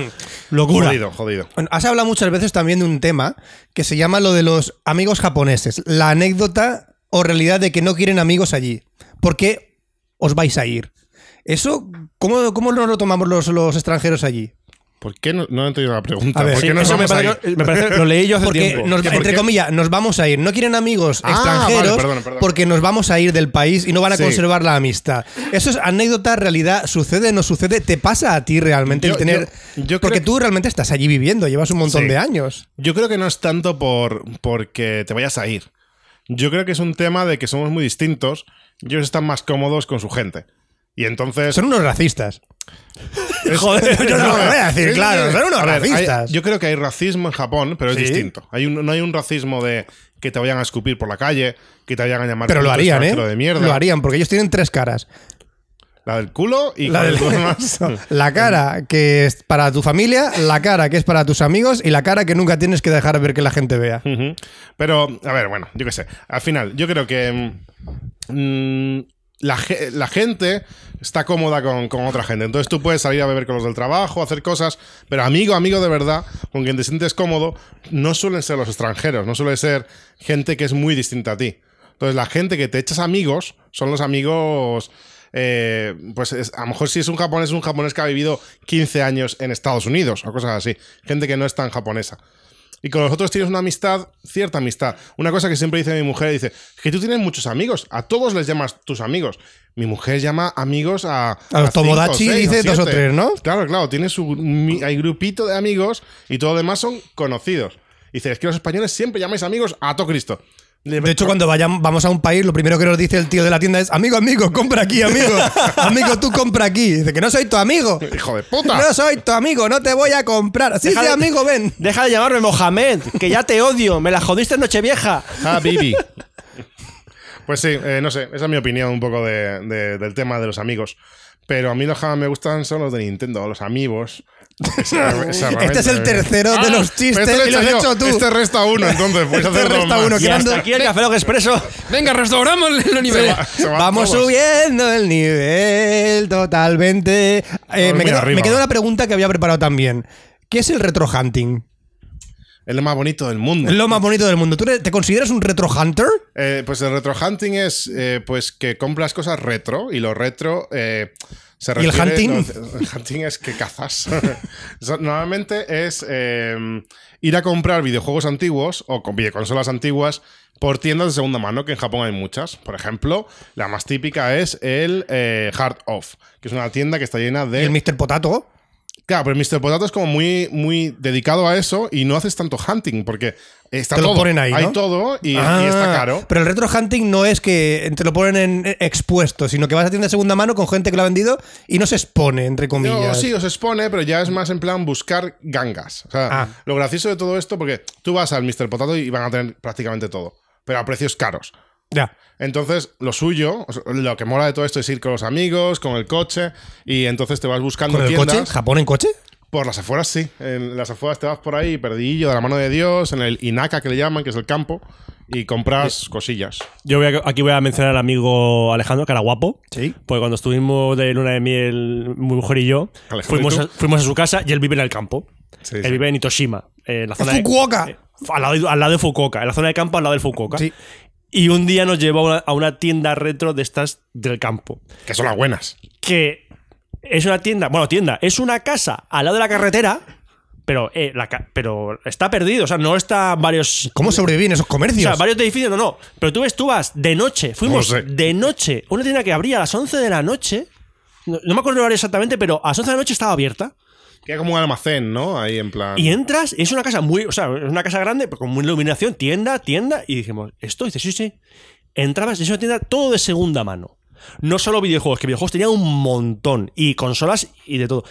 Locura.
Jodido, jodido.
Bueno, has hablado muchas veces también de un tema que se llama lo de los amigos japoneses. La anécdota o realidad de que no quieren amigos allí. ¿Por qué os vais a ir? Eso, ¿cómo, cómo nos lo tomamos los, los extranjeros allí?
¿Por qué no, no he entendido la pregunta?
A ver,
¿Por
Sí,
qué nos
eso me
vamos a
parece, que-
ir?
me parece- lo leí yo hace
Porque,
tiempo.
nos-
¿Que por
entre
qué?
comillas, nos vamos a ir. No quieren amigos
Ah,
extranjeros
vale, perdón, perdón.
porque nos vamos a ir del país y no van a
Sí.
conservar la amistad. Eso es anécdota, realidad, sucede, no sucede. ¿Te pasa a ti realmente
Yo-
el tener...?
yo- yo
porque
creo-
tú realmente estás allí viviendo, llevas un montón
Sí.
de años.
Yo creo que no es tanto por porque te vayas a ir. Yo creo que es un tema de que somos muy distintos y ellos están más cómodos con su gente. Y entonces.
Son unos racistas.
es-
joder, yo no lo voy a decir, claro, son unos
A ver, hay-
racistas.
yo creo que hay racismo en Japón, pero es
Sí.
distinto. Hay un- no hay un racismo de que te vayan a escupir por la calle, que te vayan a llamar
Pero lo
puto
harían, ¿eh?
extranjero de mierda.
Lo harían, porque ellos tienen tres caras.
La del culo y
La,
con
del-
los demás.
la cara que es para tu familia, la cara que es para tus amigos y la cara que nunca tienes que dejar ver que la gente vea.
Ujú. Pero, a ver, bueno, yo qué sé. Al final, yo creo que mm, la, ge- la gente está cómoda con, con otra gente. Entonces tú puedes salir a beber con los del trabajo, hacer cosas, pero amigo, amigo de verdad, con quien te sientes cómodo, no suelen ser los extranjeros, no suele ser gente que es muy distinta a ti. Entonces la gente que te echas amigos son los amigos... eh, pues es- a lo mejor si es un japonés, es un japonés que ha vivido 15 años en Estados Unidos o cosas así. Gente que no es tan japonesa. y con los otros tienes una amistad, cierta amistad. Una cosa que siempre dice mi mujer, dice, que tú tienes muchos amigos, a todos les llamas tus amigos. Mi mujer llama amigos a...
A los
cinco,
Tomodachi
seis,
dice dos o
siete.
tres, ¿no?
Claro, claro, tiene su, mi- hay grupito de amigos y todo lo demás son conocidos. Dice, es que los españoles siempre llamáis amigos a todo Cristo.
De hecho, cuando vayan, vamos a un país, lo primero que nos dice el tío de la tienda es: Amigo, amigo, compra aquí, amigo. Amigo, tú compra aquí. Dice que no soy tu amigo.
Hijo de puta.
No soy tu amigo, no te voy a comprar. Sí,
Deja
sí,
de-
amigo, ven.
Deja de llamarme Mohamed, que ya te odio, me la jodiste en Nochevieja.
Ah, Bibi. Pues sí, eh, no sé, esa es mi opinión un poco de- de- del tema de los amigos. Pero a mí los que más me gustan son los de Nintendo, los amigos.
Este es
eh.
el tercero
Ah,
de los chistes y los has hecho tú.
Este resta uno, entonces. Puedes
Este
hacer dos
resta
más.
uno,
Y
Creando-
hasta aquí el Café Lock Expreso.
Venga, restauramos el nivel.
Se van
Vamos
todos.
subiendo el nivel totalmente. Eh, me,
muy
queda,
arriba.
me queda una pregunta que había preparado también. ¿Qué es el retrohunting?
Es lo más bonito del mundo.
Es lo más bonito del mundo. ¿Tú eres- te consideras un retrohunter?
Eh, pues el retro hunting es eh, pues que compras cosas retro y lo retro eh, se
¿Y el
refiere,
hunting?
no, el hunting es que cazas. So- Normalmente es eh, ir a comprar videojuegos antiguos o con videoconsolas antiguas por tiendas de segunda mano, que en Japón hay muchas. Por ejemplo, la más típica es el eh, Heart Off, que es una tienda que está llena de
El Mr. Potato.
Claro, pero Mr. Potato es como muy, muy dedicado a eso y no haces tanto hunting porque está
Te lo
todo.
ponen ahí,
Hay
¿no?
todo y, y
Ah,
está caro.
Pero el retrohunting no es que te lo ponen en, eh, expuesto, sino que vas a tienda de segunda mano con gente que lo ha vendido y no se expone, entre
No,
comillas.
sí, os expone, pero ya es más en plan buscar gangas. O sea,
Ah.
lo gracioso de todo esto, porque tú vas al Mr. Potato y van a tener prácticamente todo, pero a precios caros.
Ya.
Entonces, lo suyo, o sea, lo que mola de todo esto es ir con los amigos, con el coche, y entonces te vas buscando
¿Con el
tiendas.
coche? ¿Japón en coche?
Por las afueras, sí. En las afueras te vas por ahí, perdillo, de la mano de Dios, en el Inaca que le llaman, que es el campo, y compras cosillas.
Yo voy a- aquí voy a mencionar al amigo Alejandro, que era guapo.
Sí.
Porque cuando estuvimos de luna de miel, mi mujer y yo,
Alejandro,
fuimos
¿y tú?
a, fuimos a su casa y él vive en el campo.
Sí,
él
sí.
vive en Hitoshima, en la zona de-
Fukuoka.
eh, al, lado, de- al lado de Fukuoka, en la zona de campo al lado del Fukuoka.
Sí.
Y un día nos llevó a una, a una tienda retro de estas del campo.
Que son las buenas.
Que es una tienda, bueno, tienda, es una casa al lado de la carretera, pero, eh, la ca- pero está perdido, o sea, no está varios
¿Cómo sobreviven esos
o
comercios?
sea, varios edificios, no, no. Pero tú ves, tú vas de noche. Fuimos
No lo sé.
de noche. Una tienda que abría a las 11 de la noche. No, no me acuerdo el horario exactamente, pero a las 11 de la noche estaba abierta.
Que hay como un almacén, ¿no? Ahí en plan.
Y entras, y es una casa muy. O sea, es una casa grande, pero con mucha iluminación, tienda, tienda. Y dijimos, ¿esto? Y dice, sí, sí. Entrabas, y es una tienda todo de segunda mano. No solo videojuegos, que videojuegos tenía un montón. Y consolas y de todo.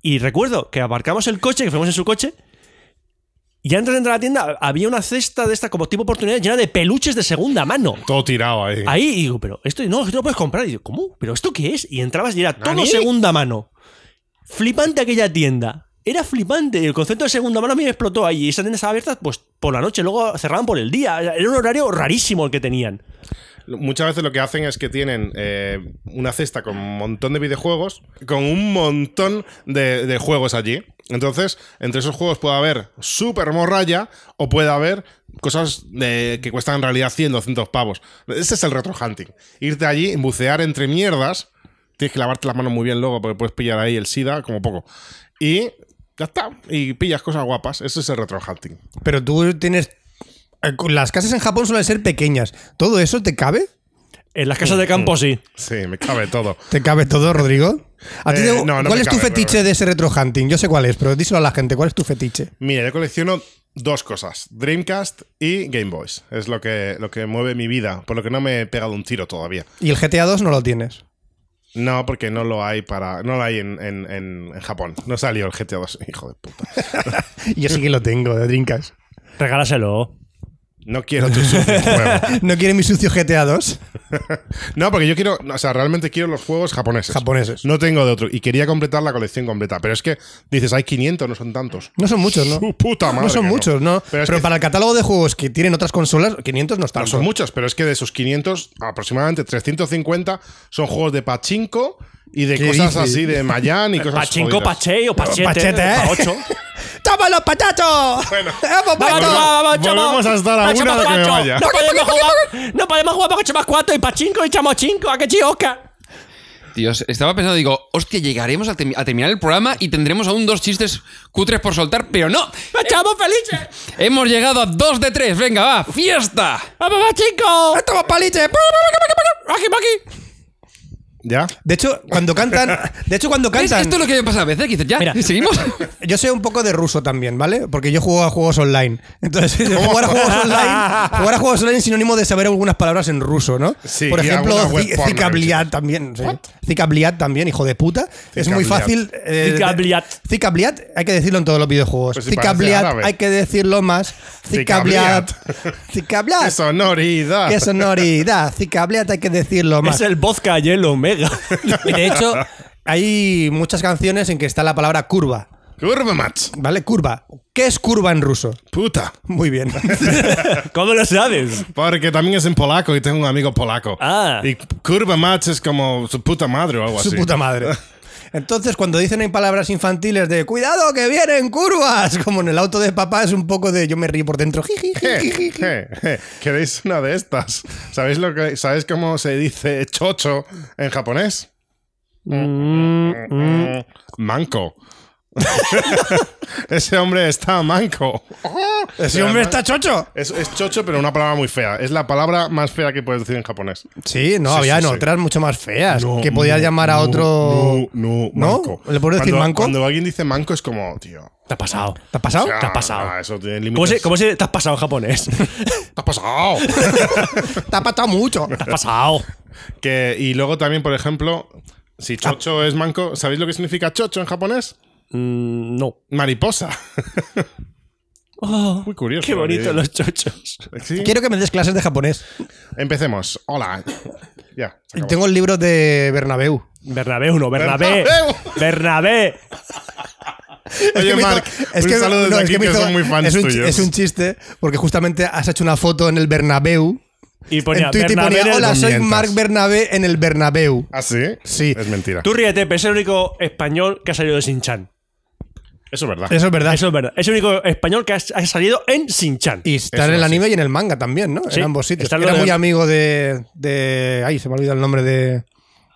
Y recuerdo que aparcamos el coche, que fuimos en su coche. Y antes de entrar a la tienda había una cesta de esta como tipo oportunidad llena de peluches de segunda mano.
Todo tirado ahí.
Ahí y digo, pero esto no, esto lo puedes comprar. Y digo, ¿cómo? ¿Pero esto qué es? Y entrabas y era todo
¿Nani?
segunda mano. Flipante aquella tienda. Era flipante. El concepto de segunda mano a mí me explotó ahí. Y esa tienda estaba abierta pues, por la noche, luego cerraban por el día. Era un horario rarísimo el que tenían.
Muchas veces lo que hacen es que tienen eh, una cesta con un montón de videojuegos, con un montón de, de juegos allí. Entonces, entre esos juegos puede haber super morralla o puede haber cosas de- que cuestan en realidad 100, 200 pavos. Ese es el retro hunting. Irte allí, bucear entre mierdas. Tienes que lavarte las manos muy bien luego porque puedes pillar ahí el SIDA como poco. Y ya está. Y pillas cosas guapas. Ese es el retro hunting.
Pero tú tienes. eh, Las casas en Japón suelen ser pequeñas. ¿Todo eso te cabe?
En las
Mm,
casas de campo sí.
Sí, me cabe todo.
¿Te cabe todo, Rodrigo? ¿A ti
Eh,
te-
no, no
¿Cuál
me
es tu
cabe,
fetiche
pero-
de ese retrohunting? Yo sé cuál es, pero díselo a la gente. ¿Cuál es tu fetiche?
Mira, yo colecciono dos cosas, Dreamcast y Game Boys. Es lo que, lo que mueve mi vida, por lo que no me he pegado un tiro todavía.
Y el GTA 2 no lo tienes.
No, porque no lo hay para. No lo hay en, en- en- en Japón. No salió el GTA 2, hijo de puta.
Yo sí que lo tengo, de Dreamcast.
Regálaselo.
No quiero tu sucio juego.
¿No quiere mi sucio GTA 2?
No, porque yo quiero. O sea, realmente quiero los juegos japoneses.
Japoneses.
No tengo de otro. Y quería completar la colección completa. Pero es que dices, hay 500, no son tantos.
No son muchos, ¿no?
Su puta madre
no son
que
muchos, ¿no?
Pero,
Pero,
es que
para el catálogo de juegos que tienen otras consolas, 500 no están.
No son muchos, pero es que de esos 500, aproximadamente 350 son juegos de pachinko y de
¿Qué
cosas
dices?
así de Mayan y cosas
Pachinko,
jodidas.
pachei o pachete.
Pachete, ¿eh?
pa' ocho.
¡Tómalo, pachacho!
Bueno.
Vamos,
¡Hemos vuelto!
vamos, vamos, chamo.
Volvemos a estar a
Vamos,
una
chamo,
de que me
cuatro.
vaya.
No podemos jugar, no podemos jugar porque chamas cuatro y pachinko y chamo cinco, ¿a qué chioca?
tío. Estaba pensando, digo, hostia, llegaremos a, termi- a terminar el programa y tendremos aún dos chistes cutres por soltar, pero no.
¡Estamos felices!
Hemos llegado a dos de tres. Venga, va, fiesta.
¡Vamos, va, chicos! ¡Estamos felices! ¡Maki, maki!
¿Ya?
De hecho, cuando cantan. De hecho, cuando
¿Ves?
cantan.
Esto es lo que me pasa a veces, que dices, ya,
Mira. Eh.
¿y seguimos.
Yo sé un poco de ruso también, ¿vale? Porque yo juego a juegos online. Entonces, jugar a juegos online, jugar a juegos online es sinónimo de saber algunas palabras en ruso, ¿no?
Sí,
Por
y
ejemplo,
alguna web
zi-
porno,
zikabliat también. sí. Zikabliat también, hijo de puta. Es muy
Zikabliat.
fácil. eh,
Zikabliat.
Zikabliat, hay que decirlo en todos los videojuegos.
Pues sí, parece
Zikabliat,
árabe.
hay que decirlo más. Zikabliat.
Zikabliat. ¡Qué
Zikabliat.
sonoridad!
Ah, Qué sonoridad. Zikabliat, hay que decirlo más.
Es el vodka y el omega.
Y de hecho, hay muchas canciones en que está la palabra curva.
Curva match.
¿Vale? Curva. ¿Qué es curva en ruso?
Puta.
Muy bien.
Pues
¿Cómo lo sabes?
Porque también es en polaco y tengo un amigo polaco.
Ah.
Y curva match es como su puta madre o algo
Su
así.
puta madre. Entonces, cuando dicen en palabras infantiles de cuidado que vienen curvas, como en el auto de papá, es un poco de yo me río por dentro. jiji, jiji,
Je,
jiji.
je, je. ¿Queréis una de estas? ¿Sabéis, lo que, ¿Sabéis cómo se dice chocho en japonés?
Mm,
Manco. Ese hombre está manco.
Ese hombre está chocho.
Es, es chocho, pero una palabra muy fea. Es la palabra más fea que puedes decir en japonés.
Sí, no,
Sí,
había
sí,
en
sí.
otras mucho más feas.
No,
que podías
no,
llamar a
no,
otro.
No, no,
¿No?
manco.
¿Le puedo decir
Cuando-
manco?
Cuando alguien dice manco es como, tío.
Te ha pasado.
¿Te ha pasado?
o sea,
Te ha pasado.
ah, eso tiene
¿Cómo se,
límites.
cómo se te has pasado en japonés?
¿Te ha pasado?
Te ha pasado mucho.
Te has pasado.
que, y luego también, por ejemplo,
Ah.
si chocho es manco, ¿sabéis lo que significa chocho en japonés?
Mm, no.
Mariposa.
Oh,
Muy curioso.
qué bonito
Gabriel.
los chochos.
Sí.
Quiero que me des clases de japonés.
Empecemos. Hola. ya. se acabó.
Tengo el libro de Bernabeu.
Bernabé uno, Bernabé.
Bernabéu.
Bernabé.
Oye,
me hizo-
Marc,
es
un
que-
saludo desde
no, es
aquí,
me
que,
hizo-
son muy fans
es un,
tuyos.
Es un chiste, porque justamente has hecho una foto en el Bernabéu.
Y ponía
en Twitter
Bernabé en
ponía,
el-
hola, soy
mientas".
Marc Bernabé en el Bernabéu.
¿Ah, sí?
Sí.
Es mentira.
Tú ríete, pero es el único español que ha salido de Sinchan.
Eso es verdad.
Eso es verdad.
Eso es verdad. Es el único español que ha, ha salido en Sinchan.
Y está
Eso
en el
sí.
anime y en el manga también, ¿no?
Sí,
en ambos sitios.
está lo
Era
de-
muy amigo de, de- Ay, se me ha olvidado el nombre de.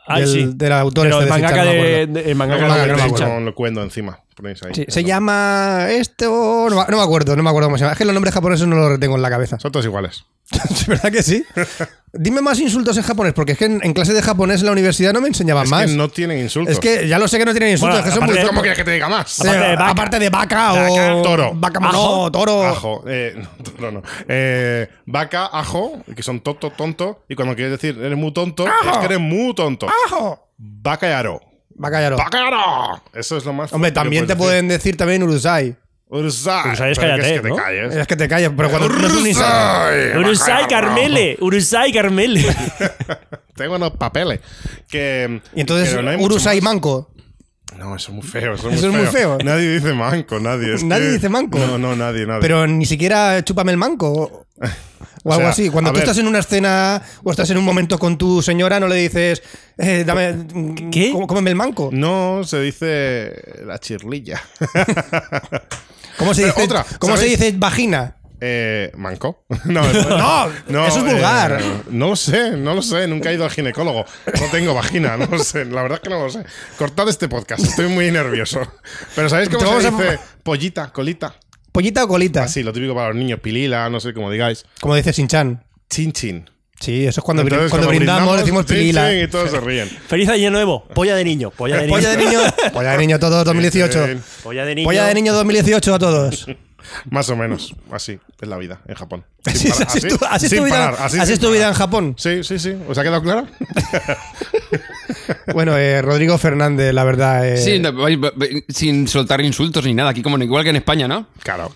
Ay,
del,
Ah, sí.
del autor
Pero
este
el
de
mangaka
Shinchan, no me
de,
acuerdo.
de- el mangaka de
No,
me acuerdo,
no,
no me
no,
acuerdo.
con lo cuendo encima. Ponéis ahí.
Sí, se llama este o no, me- no me acuerdo, no me acuerdo cómo se llama. Es que los nombres japoneses no los retengo en la cabeza.
Son todos iguales.
¿Es verdad que sí? Dime más insultos en japonés, porque es que en, en clase de japonés en la universidad no me enseñaban
Es
más.
que no tienen insultos.
Es que ya lo sé que no tienen insultos,
Bueno,
es que son
aparte-
muy
¿Cómo quieres que te diga más?
Sí,
Aparte de vaca.
aparte de vaca o
Vaca, toro.
vaca no,
Ajo.
toro.
Ajo. Eh, no, toro no. Eh, vaca, ajo, que son tonto, tonto. Y cuando quieres decir eres muy tonto, es que eres muy tonto.
Ajo.
Vaca y aro.
Vaca y aro.
¡Vaca y aro! Eso es lo más.
Hombre,
fuerte que
también te
puedes decir.
pueden decir también urusai.
Urusai.
Urusai es
Pero que
cállate,
que te
¿no?
calles.
Es que te callas, pero cuando no es un insulto.
Urusai.
Urusai Carmele. Urusai Carmele.
Tengo los papeles. Que,
Y entonces
pero no hay mucho
urusai
más.
manco.
No, eso es muy feo. Eso,
Eso es muy feo.
Nadie dice manco, nadie. es
Nadie
que-
dice manco.
No, no, nadie, nadie.
Pero ni siquiera chúpame el manco. O, o algo
sea,
así. Cuando
a
tú
ver.
estás en una escena o estás en un momento con tu señora, no le dices, eh, dame, mm,
¿Qué?
cómo- cómeme el manco.
No, se dice la chirlilla.
¿Cómo se
Pero
dice,
otra,
¿cómo se
¿sabéis?
dice vagina?
Eh, ¿Manco? No, no, eh,
eso es vulgar.
no lo sé, no lo sé. Nunca he ido al ginecólogo. No tengo vagina, no lo sé. La verdad es que no lo sé. Cortad este podcast, estoy muy nervioso. Pero ¿sabéis
Te
cómo
vamos
se
a-
dice pollita, colita?
¿Pollita o colita?
Así, lo típico para los niños, pilila, no sé cómo digáis.
Como dice Sinchan.
Chin chin.
Sí, eso es cuando, brin-
Entonces,
cuando brindamos, decimos
chin,
pilila.
chin, y todos se ríen.
Feliz año nuevo. Polla de niño. Polla de niño.
Polla de niño. Polla de niño todo 2018.
Bien.
Polla de niño.
Polla de niño 2018 a todos.
Más o menos. Así es la vida en Japón.
Así,
Sin parar,
así es tu- así es
sin
tu vida-
parar,
así
sin
es tu
parar.
vida en Japón.
Sí, sí, sí. ¿Os ha quedado claro?
Bueno, eh, Rodrigo Fernández, la verdad. eh,
Sí, no, vais- va- va- sin soltar insultos ni nada, aquí como igual que en España, ¿no?
Claro.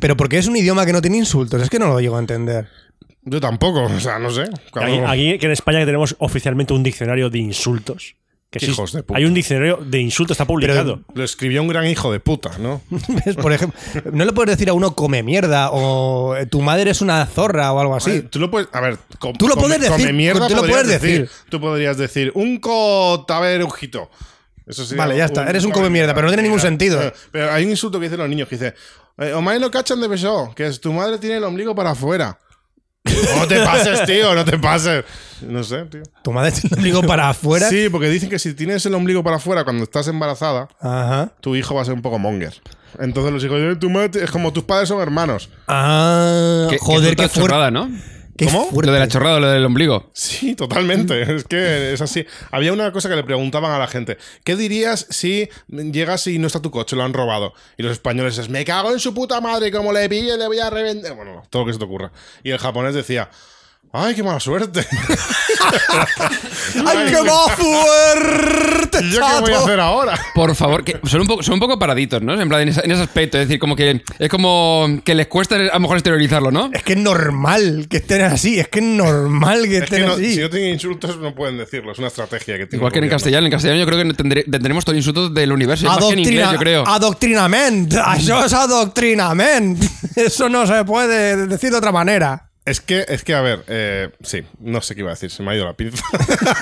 Pero porque es un idioma que no tiene insultos, es que no lo llego a entender.
Yo tampoco, o sea, no sé. Cuando-
Aquí, aquí, que en España tenemos oficialmente un diccionario de insultos. Que sí,
Hijos de puta.
Hay un diccionario de insultos, está publicado.
Lo escribió un gran hijo de puta, ¿no?
¿Ves? Por ejemplo, no le puedes decir a uno come mierda o eh, tu madre es una zorra o algo
Eh,
así.
Tú lo puedes. A ver, com-
Tú lo
come-
puedes
come
decir,
mierda
tú lo
podrías
puedes decir.
Tú podrías decir un cotaberujito. Eso sería
Vale, ya está, eres un come mierda, pero no tiene ningún sentido.
Eh, Pero hay un insulto que dicen los niños que dice: eh, Omae no cachan de beso, que es tu madre tiene el ombligo para afuera. No te pases, tío, no te pases. No sé, tío.
Tomad el ombligo para afuera.
Sí, porque dicen que si tienes el ombligo para afuera cuando estás embarazada,
Ajá.
tu hijo va a ser un poco monger. Entonces los hijos de tu madre es como tus padres son hermanos.
Ah,
Que- que
joder,
es otra
qué fuerte.
chorrada, ¿no?
Qué
¿Cómo?
fuerte.
Lo de la chorrada, lo del ombligo.
Sí, totalmente. Es que es así. Había una cosa que le preguntaban a la gente. ¿Qué dirías si llegas y no está tu coche, lo han robado? Y los españoles es, me cago en su puta madre, como le pille, le voy a reventar. Bueno, no, todo lo que se te ocurra. Y el japonés decía, ay, qué mala suerte.
¡Ay, qué más fuerte,
¿Y yo qué voy a
chato!
hacer ahora?
Por favor, que son, un poco, son un poco paraditos, ¿no? En plan, en, esa- en ese aspecto. Es decir, como que es como que les cuesta a lo mejor exteriorizarlo, ¿no?
Es que es normal que estén así, es que es normal que
Es que
estén
no-
así.
si no tienen insultos, no pueden decirlo. Es una estrategia que tiene.
Igual que en
el gobierno.
castellano. En castellano yo creo que no tendré- tendremos todo el insulto del universo. Más que en inglés, yo creo.
Adoctrinament. Eso es adoctrinament. Eso no se puede decir de otra manera.
Es que, es que, a ver, eh, sí, no sé qué iba a decir, se me ha ido la pinza.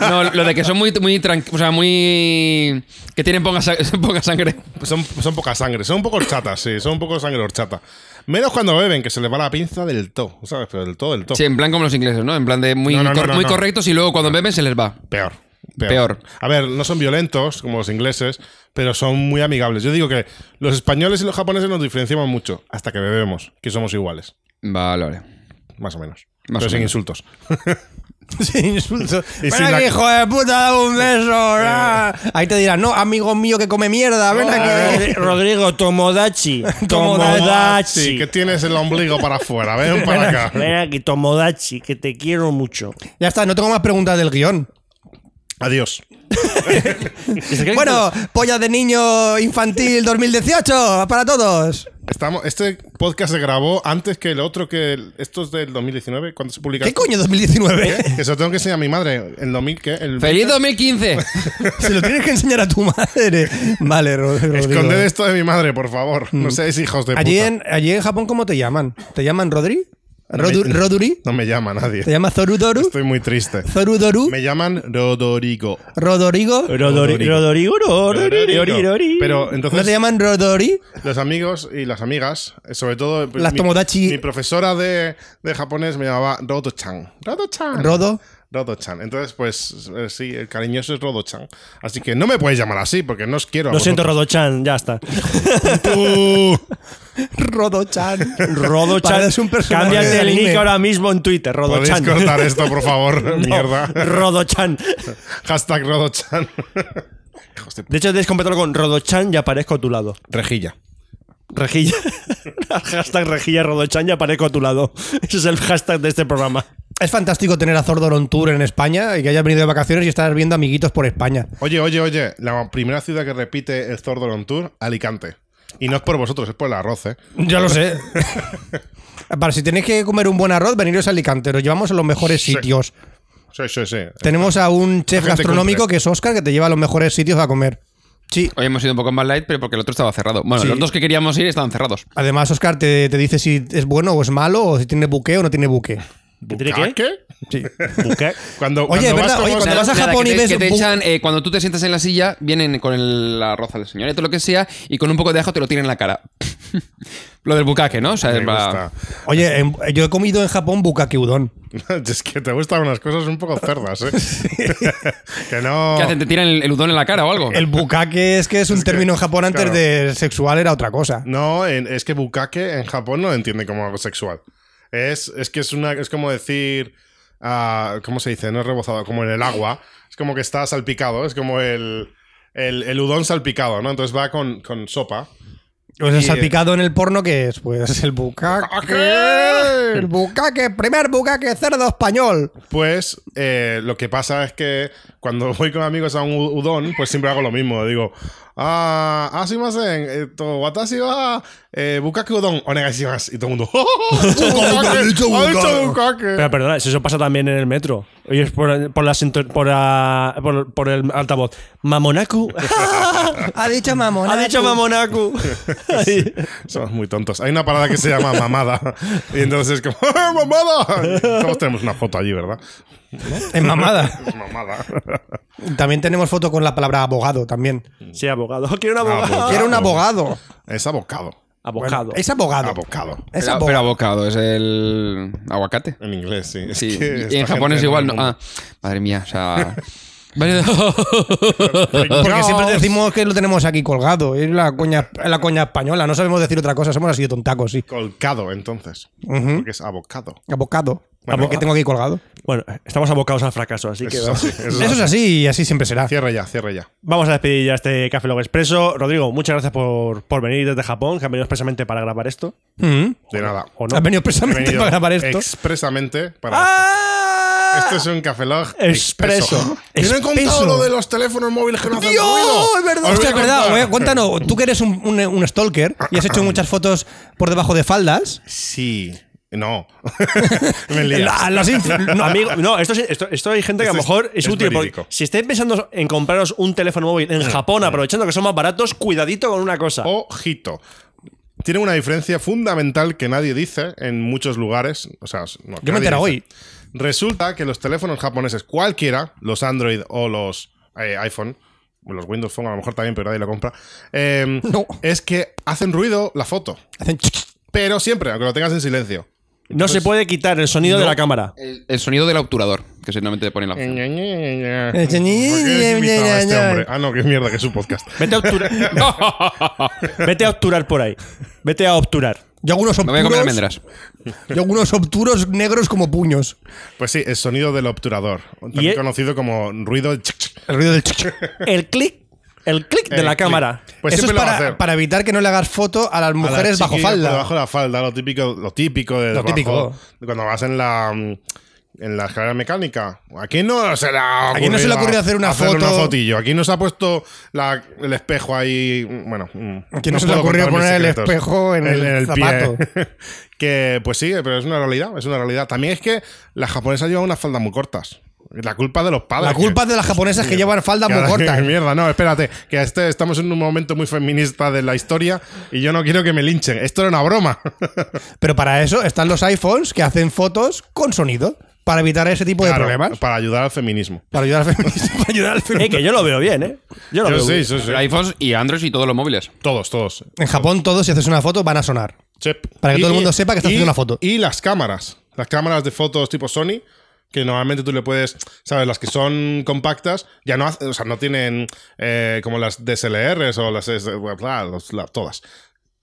No, lo de que son muy, muy tranquilos. O sea, muy. Que tienen poca, sa- poca sangre.
son, son poca sangre, son un poco horchatas, sí, son un poco sangre horchata. Menos cuando beben, que se les va la pinza del todo, ¿sabes? Pero del todo, del todo.
Sí, en plan como los ingleses, ¿no? En plan de muy,
No, no, no,
cor-
no,
muy
no.
correctos y luego cuando beben se les va.
Peor, peor.
Peor.
A ver, no son violentos como los ingleses, pero son muy amigables. Yo digo que los españoles y los japoneses nos diferenciamos mucho, hasta que bebemos, que somos iguales,
Vale, vale.
más o menos.
Más
pero
o
sin
menos.
insultos.
Sin insultos.
Y
Ven
sin
aquí,
la- Eh.
hijo de puta, dame un beso. ah. Ahí te dirán, no, amigo mío que come mierda, ven
eh.
aquí.
Rodrigo Tomodachi.
Sí,
Tomodachi.
que tienes el ombligo para afuera, ven para acá.
Ven aquí, Tomodachi, que te quiero mucho.
Ya está, no tengo más preguntas del guión.
Adiós.
Bueno, polla de niño infantil 2018, para todos.
Estamos, este podcast se grabó antes que el otro que... el- esto es del 2019, cuando se publica...
¿Qué coño 2019?
¿Eh?
Que se lo tengo que enseñar a mi madre. El 2000, ¿qué? El,
¡Feliz 2015!
Se lo tienes que enseñar a tu madre. Vale, Ro- Rodrigo. ¿eh? Mm.
Esconded esto de mi madre, por favor. No seáis hijos de
Allí
puta.
en, allí en Japón, ¿cómo te llaman? ¿Te llaman Rodri? Rodu-
Me-
¿Roduri?
No me llama nadie.
¿Te llamas Zorudoru?
Estoy muy triste.
¿Zorudoru?
Me llaman Rodorigo.
¿Rodorigo?
Rodori- Rodrigo. Rodrigo. Rodrigo.
Pero
¿No te
entonces
llaman Rodori?
los amigos y las amigas, eh, sobre todo pues,
Las
mi,
tomodachi.
mi profesora de, de japonés me llamaba Rodo-chan. Rodo-chan.
¿Rodo?
Rodo-chan. Entonces, pues eh, sí, el cariñoso es Rodo-chan. Así que no me podéis llamar así porque no os quiero. a
Lo siento,
vosotros.
Rodochan, ya está.
Rodochan.
Rodochan.
Pareces un personaje de
Cámbiate el
anime.
nick ahora mismo en Twitter,
Podéis
Rodochan.
cortar esto, por favor. Mierda.
Rodochan.
Hashtag Rodochan. Hijos de
De hecho, debes completarlo con Rodochan y aparezco a tu lado.
Rejilla.
Rejilla. hashtag Rejilla Rodochan y aparezco a tu lado. Ese es el hashtag de este programa.
Es fantástico tener a Zordor on tour en España y que hayas venido de vacaciones y estás viendo amiguitos por España.
Oye, oye, oye, la primera ciudad que repite el Zordor on Tour, Alicante. Y no es por vosotros, es por el arroz, ¿eh?
Ya lo sé. Para si tenéis que comer un buen arroz, veniros a Alicante. Os llevamos a los mejores
Sí.
sitios.
Sí, sí, sí.
Tenemos a un chef
gente
gastronómico
cumple.
que es Oscar que te lleva a los mejores sitios a comer. Sí.
Hoy hemos ido un poco más light, pero porque el otro estaba cerrado. Bueno,
Sí.
los dos que queríamos ir estaban cerrados.
Además, Oscar te, te dice si es bueno o es malo, o si tiene buque o no tiene buque.
¿Qué tiene
¿Ah,
que?
qué?
Sí.
Buque.
Cuando,
Oye,
cuando
es verdad,
vas
oye,
con
cuando
vos-
vas a Japón
que
y
te-
ves
que te
bu-
echan, eh, cuando tú te sientas en la silla, vienen con el, la roza del señorito, lo que sea, y con un poco de ajo te lo tiran en la cara. lo del bucaque, ¿no? O sea,
Me
es para-
Oye, en- yo he comido en Japón bukake udon.
gusta. Es que te gustan unas cosas un poco cerdas, ¿eh? que no...
¿Qué hacen? ¿Te tiran el, el udon en la cara o algo?
El bukake es que es un término en Japón antes
claro.
de sexual, era otra cosa.
No, en- es que bukake en Japón no lo entiende como algo sexual. Es, es que es una es como decir ah, ¿cómo se dice? No es rebozado, como en el agua. Es como que está salpicado, es como el el, el udon salpicado, ¿no? Entonces va con, con sopa.
Pues el
Y, eh,
salpicado en el porno que es, pues el bukake.
¡Bukake!
El bukake, primer bukake cerdo español.
Pues eh, lo que pasa es que cuando voy con amigos a un u- udon, pues siempre hago lo mismo. Digo, ah, asimasen, esto, watashi wa eh, bukake udon, onegaishimasu. Y todo el mundo, ¡Oh, oh, oh, bukake, ha dicho
Pero
bukake.
perdona, si eso pasa también en el metro. Oye, es por, por, la sinto- por, ah, por- por el altavoz. Mamonaku.
Ha dicho mamón.
ha dicho Mamonaku. Ahí.
Somos muy tontos. Hay una parada que se llama mamada. Y entonces es como, ¡Ah, mamada! Todos tenemos una foto allí, ¿verdad?
Es mamada.
Es mamada.
También tenemos foto con la palabra abogado también.
Sí, abogado. Quiero un abogado.
Abogado.
Quiero un abogado.
Es abocado.
Abocado.
Es abogado.
Abocado.
Es
pero,
abogado.
pero abocado, es el aguacate.
En inglés, sí. Es
Sí,
que
y- y
esta
en Japón
gente
es igual. No,
no-
Ah, madre mía, o sea. Vale,
Porque
Dios.
siempre decimos que lo tenemos aquí colgado. Es la coña, es la coña española. No sabemos decir otra cosa. Somos así de tontacos, sí.
Colcado, entonces.
Ujú.
Porque es abocado.
Abocado.
Bueno,
¿Por qué tengo aquí colgado?
Bueno, estamos abocados al fracaso, así que
Eso
vamos,
sí, eso
Eso es
sí.
así y así siempre será.
Cierra ya, cierra ya.
vamos a despedir ya este Café Log Expreso. Rodrigo, muchas gracias por, por venir desde Japón, que han venido expresamente para grabar esto.
Ujú.
De nada.
¿O no?
Mm. Has venido
He
expresamente
venido
para grabar esto.
Expresamente para.
¡Ah!
Esto es un café log
Expreso.
Y no he contado
Expreso.
lo de los teléfonos móviles que no hacen
¡Dios!
ruido.
Es verdad.
Os voy
Hostia,
a
es verdad.
contar.
güey. cuéntanos, tú que eres un, un- un stalker y has hecho muchas fotos por debajo de faldas.
Sí. No. Me lías.
La- las inf-
No,
no,
amigo, no, esto, es- esto- esto hay gente que a lo
Esto es-
mejor es,
es
útil. porque
verídico. Mm,
si estáis pensando en compraros un teléfono móvil en Japón, aprovechando que son más baratos, cuidadito con una cosa.
Oh, Ojito. Tiene una diferencia fundamental que nadie dice en muchos lugares. O sea, no, que
Yo me he
nadie
enterado
dice.
hoy.
Resulta que los teléfonos japoneses, cualquiera, los Android o los eh, iPhone, o los Windows Phone a lo mejor también, pero nadie lo compra, eh,
No.
es que hacen ruido la foto.
Hacen
Pero siempre, aunque lo tengas en silencio.
no
pues
se puede quitar el sonido de la cámara.
el, el sonido del obturador, que seguramente te pone la
¿Por qué
opción.
les invitaba a este hombre? Ah, no, que mierda, que es un podcast.
Vete a obturar, vete a obturar por ahí. Vete a obturar.
Yo algunos
Me voy a
obturos.
comer almendras.
Yo algunos obturos negros como puños.
Pues sí, el sonido del obturador,
Y
también
e-
conocido como ruido. de chic, chic.
El ruido del
El clic, el clic de
Eh,
la
clic.
cámara.
Pues
Eso es
siempre lo va a
para,
hacer.
para evitar que no le hagas foto a las
A la
mujeres bajo
chiqui por
falda.
Debajo de la falda, lo típico, lo típico de
Lo
debajo-
típico.
Cuando vas en la mm, en la escalera mecánica. Aquí no se le ha
Aquí no se le ha ocurrido hacer una
hacerle
foto.
fotillo. Aquí no se ha puesto la- el espejo ahí. mm, Bueno. mm,
Aquí no se le
puedo
ha ocurrido
contar mis
poner el
secretos.
espejo en el zapato.
que pues sí, pero es una realidad. Es una realidad. También es que las japonesas llevan unas faldas muy cortas. La culpa de los padres.
La culpa es
que-
de las japonesas que llevan faldas muy ¿eh?
Cada-
cortas.
Mierda, no, espérate, que este, estamos en un momento muy feminista de la historia y yo no quiero que me linchen. Esto era una broma.
Pero para eso están los iPhones que hacen fotos con sonido. Para evitar ese tipo de
Claro,
problemas.
Para ayudar al feminismo.
Para ayudar al feminismo. Para ayudar al
Eh,
feminismo.
que yo lo veo bien, ¿eh? Yo lo
Yo
veo
sí,
bien.
sí, sí.
Pero iPhones y Android y todos los móviles.
Todos, todos.
En Japón, todos, si haces una foto, van a sonar.
Chep.
Para que todo el mundo sepa que está haciendo una foto.
Y las cámaras. Las cámaras de fotos tipo Sony, que normalmente tú le puedes, ¿sabes? Las que son compactas, ya no, hace- o sea, no tienen eh, como las DSLRs o las... S- bla, bla, los- la- todas.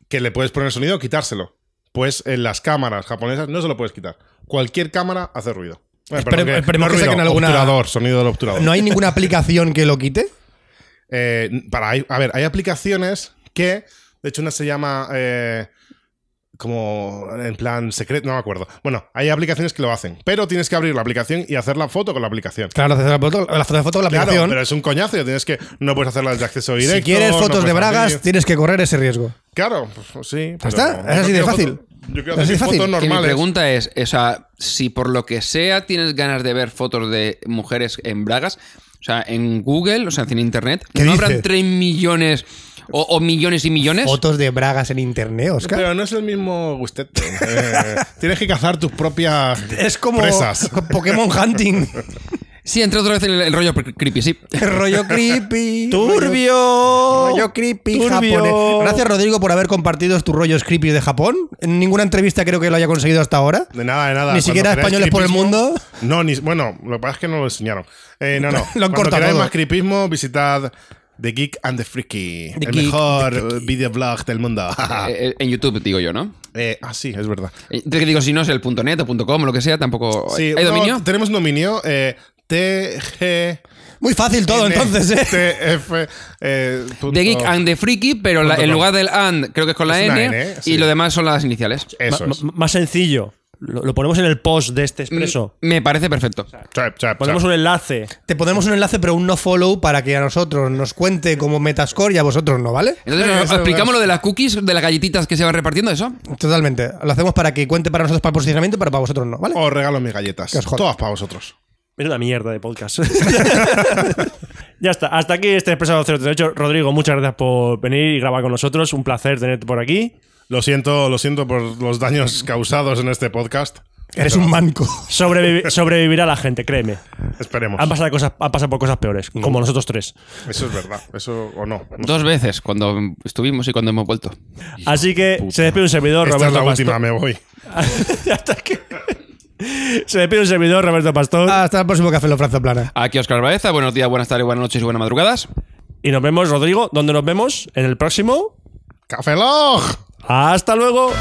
Que le puedes poner sonido o quitárselo. Pues en las cámaras japonesas no se lo puedes quitar. Cualquier cámara hace ruido. Bueno,
Espere-
perdón,
esperemos que
ruido,
saquen alguna-
Obturador, sonido del obturador.
¿No hay ninguna aplicación que lo quite?
Eh, para, hay- a ver, hay aplicaciones que, de hecho, una se llama eh, como en plan secreto, no me acuerdo. Bueno, hay aplicaciones que lo hacen, pero tienes que abrir la aplicación y hacer la foto con la aplicación.
Claro, haces la foto, la foto, la foto con la
Claro,
aplicación.
pero es un coñazo, ya tienes que no puedes hacerlas de acceso directo.
si quieres
no
fotos de
puedes
bragas,
hacer vídeo.
tienes que correr ese riesgo.
claro, pues, sí. pero
está,
no,
es
yo
así de
quiero
fácil.
fotos- yo
Es
quiero
así
hacer
de fácil.
fotos
Que mi
normales.
pregunta es, o sea, si por lo que sea tienes ganas de ver fotos de mujeres en bragas, o sea, en Google, o sea, en internet,
¿Qué
¿no
dices?
habrán 3 millones o, o millones y millones?
Fotos de bragas en internet, Oscar.
Pero no es el mismo gustete. Eh, tienes que cazar tus propias
es como
presas.
Pokémon Hunting.
Sí, entré otra vez en el, el rollo cre- creepy, sí.
rollo creepy.
¡Turbio!
Rollo creepy
Turbio.
japonés. Gracias, Rodrigo, por haber compartido tus rollos creepy de Japón. En ninguna entrevista creo que lo haya conseguido hasta ahora.
De nada, de nada.
Ni siquiera
queráis
españoles por el
creepismo-
mundo.
No, ni, bueno, lo que pasa es que no lo enseñaron. Eh, no, no.
Lo han
Cuando
cortado
queráis
todo.
más creepismo, visitad The Geek and the Freaky.
The
el
Geek,
mejor videoblog del mundo.
Eh, eh, en YouTube, digo yo, ¿no?
Eh, ah, sí, es verdad.
Eh, que digo, si no es el punto .net o punto .com o lo que sea, tampoco...
Sí,
¿Hay
no,
dominio?
Tenemos un dominio. Eh, TG.
Muy fácil todo, entonces, ¿eh?
TF. Eh, punto-
The Geek and the Freaky, pero la-
punto
en
com.
lugar del and creo que es con la
Es una
N,
N,
y
sí.
lo demás son las iniciales.
Eso
Ma-
es.
ma- más sencillo. Lo, lo ponemos en el post de
Mm.
este expreso.
Me parece perfecto.
Chap, chap,
Ponemos
chap.
un enlace.
Te ponemos un enlace, pero un no follow para que a nosotros nos cuente como Metascore y a vosotros no, ¿vale?
Entonces,
Sí,
¿os-
eso
os explicamos
es.
lo de las cookies, de las galletitas que se van repartiendo, eso.
Totalmente. Lo hacemos para que cuente para nosotros para el posicionamiento, pero para vosotros no, ¿vale?
Os regalo mis galletas.
Que os jodan.
Todas para vosotros.
Es una mierda de podcast. ya está. Hasta aquí este expreso 038. Rodrigo, muchas gracias por venir y grabar con nosotros. Un placer tenerte por aquí.
Lo siento, lo siento por los daños causados en este podcast.
Eres un manco.
Sobrevivi- sobrevivirá la gente, créeme.
Esperemos.
Ah,
Han pasado, cosas, han pasado por cosas peores, como nosotros tres.
Eso es verdad. Eso o no. no
Dos veces, cuando estuvimos y cuando hemos vuelto.
Así que se despide un servidor,
Esta
Roberto
es la
Pastor.
última, me voy.
Hasta que- se despide un servidor, Roberto Pastor.
Ah.
Hasta el próximo Café Lo Franza Plana.
Aquí Oscar Baeza, buenos días, buenas tardes, buenas noches y buenas madrugadas.
Y nos vemos, Rodrigo, donde nos vemos en el próximo.
¡Café Log!
¡Hasta luego!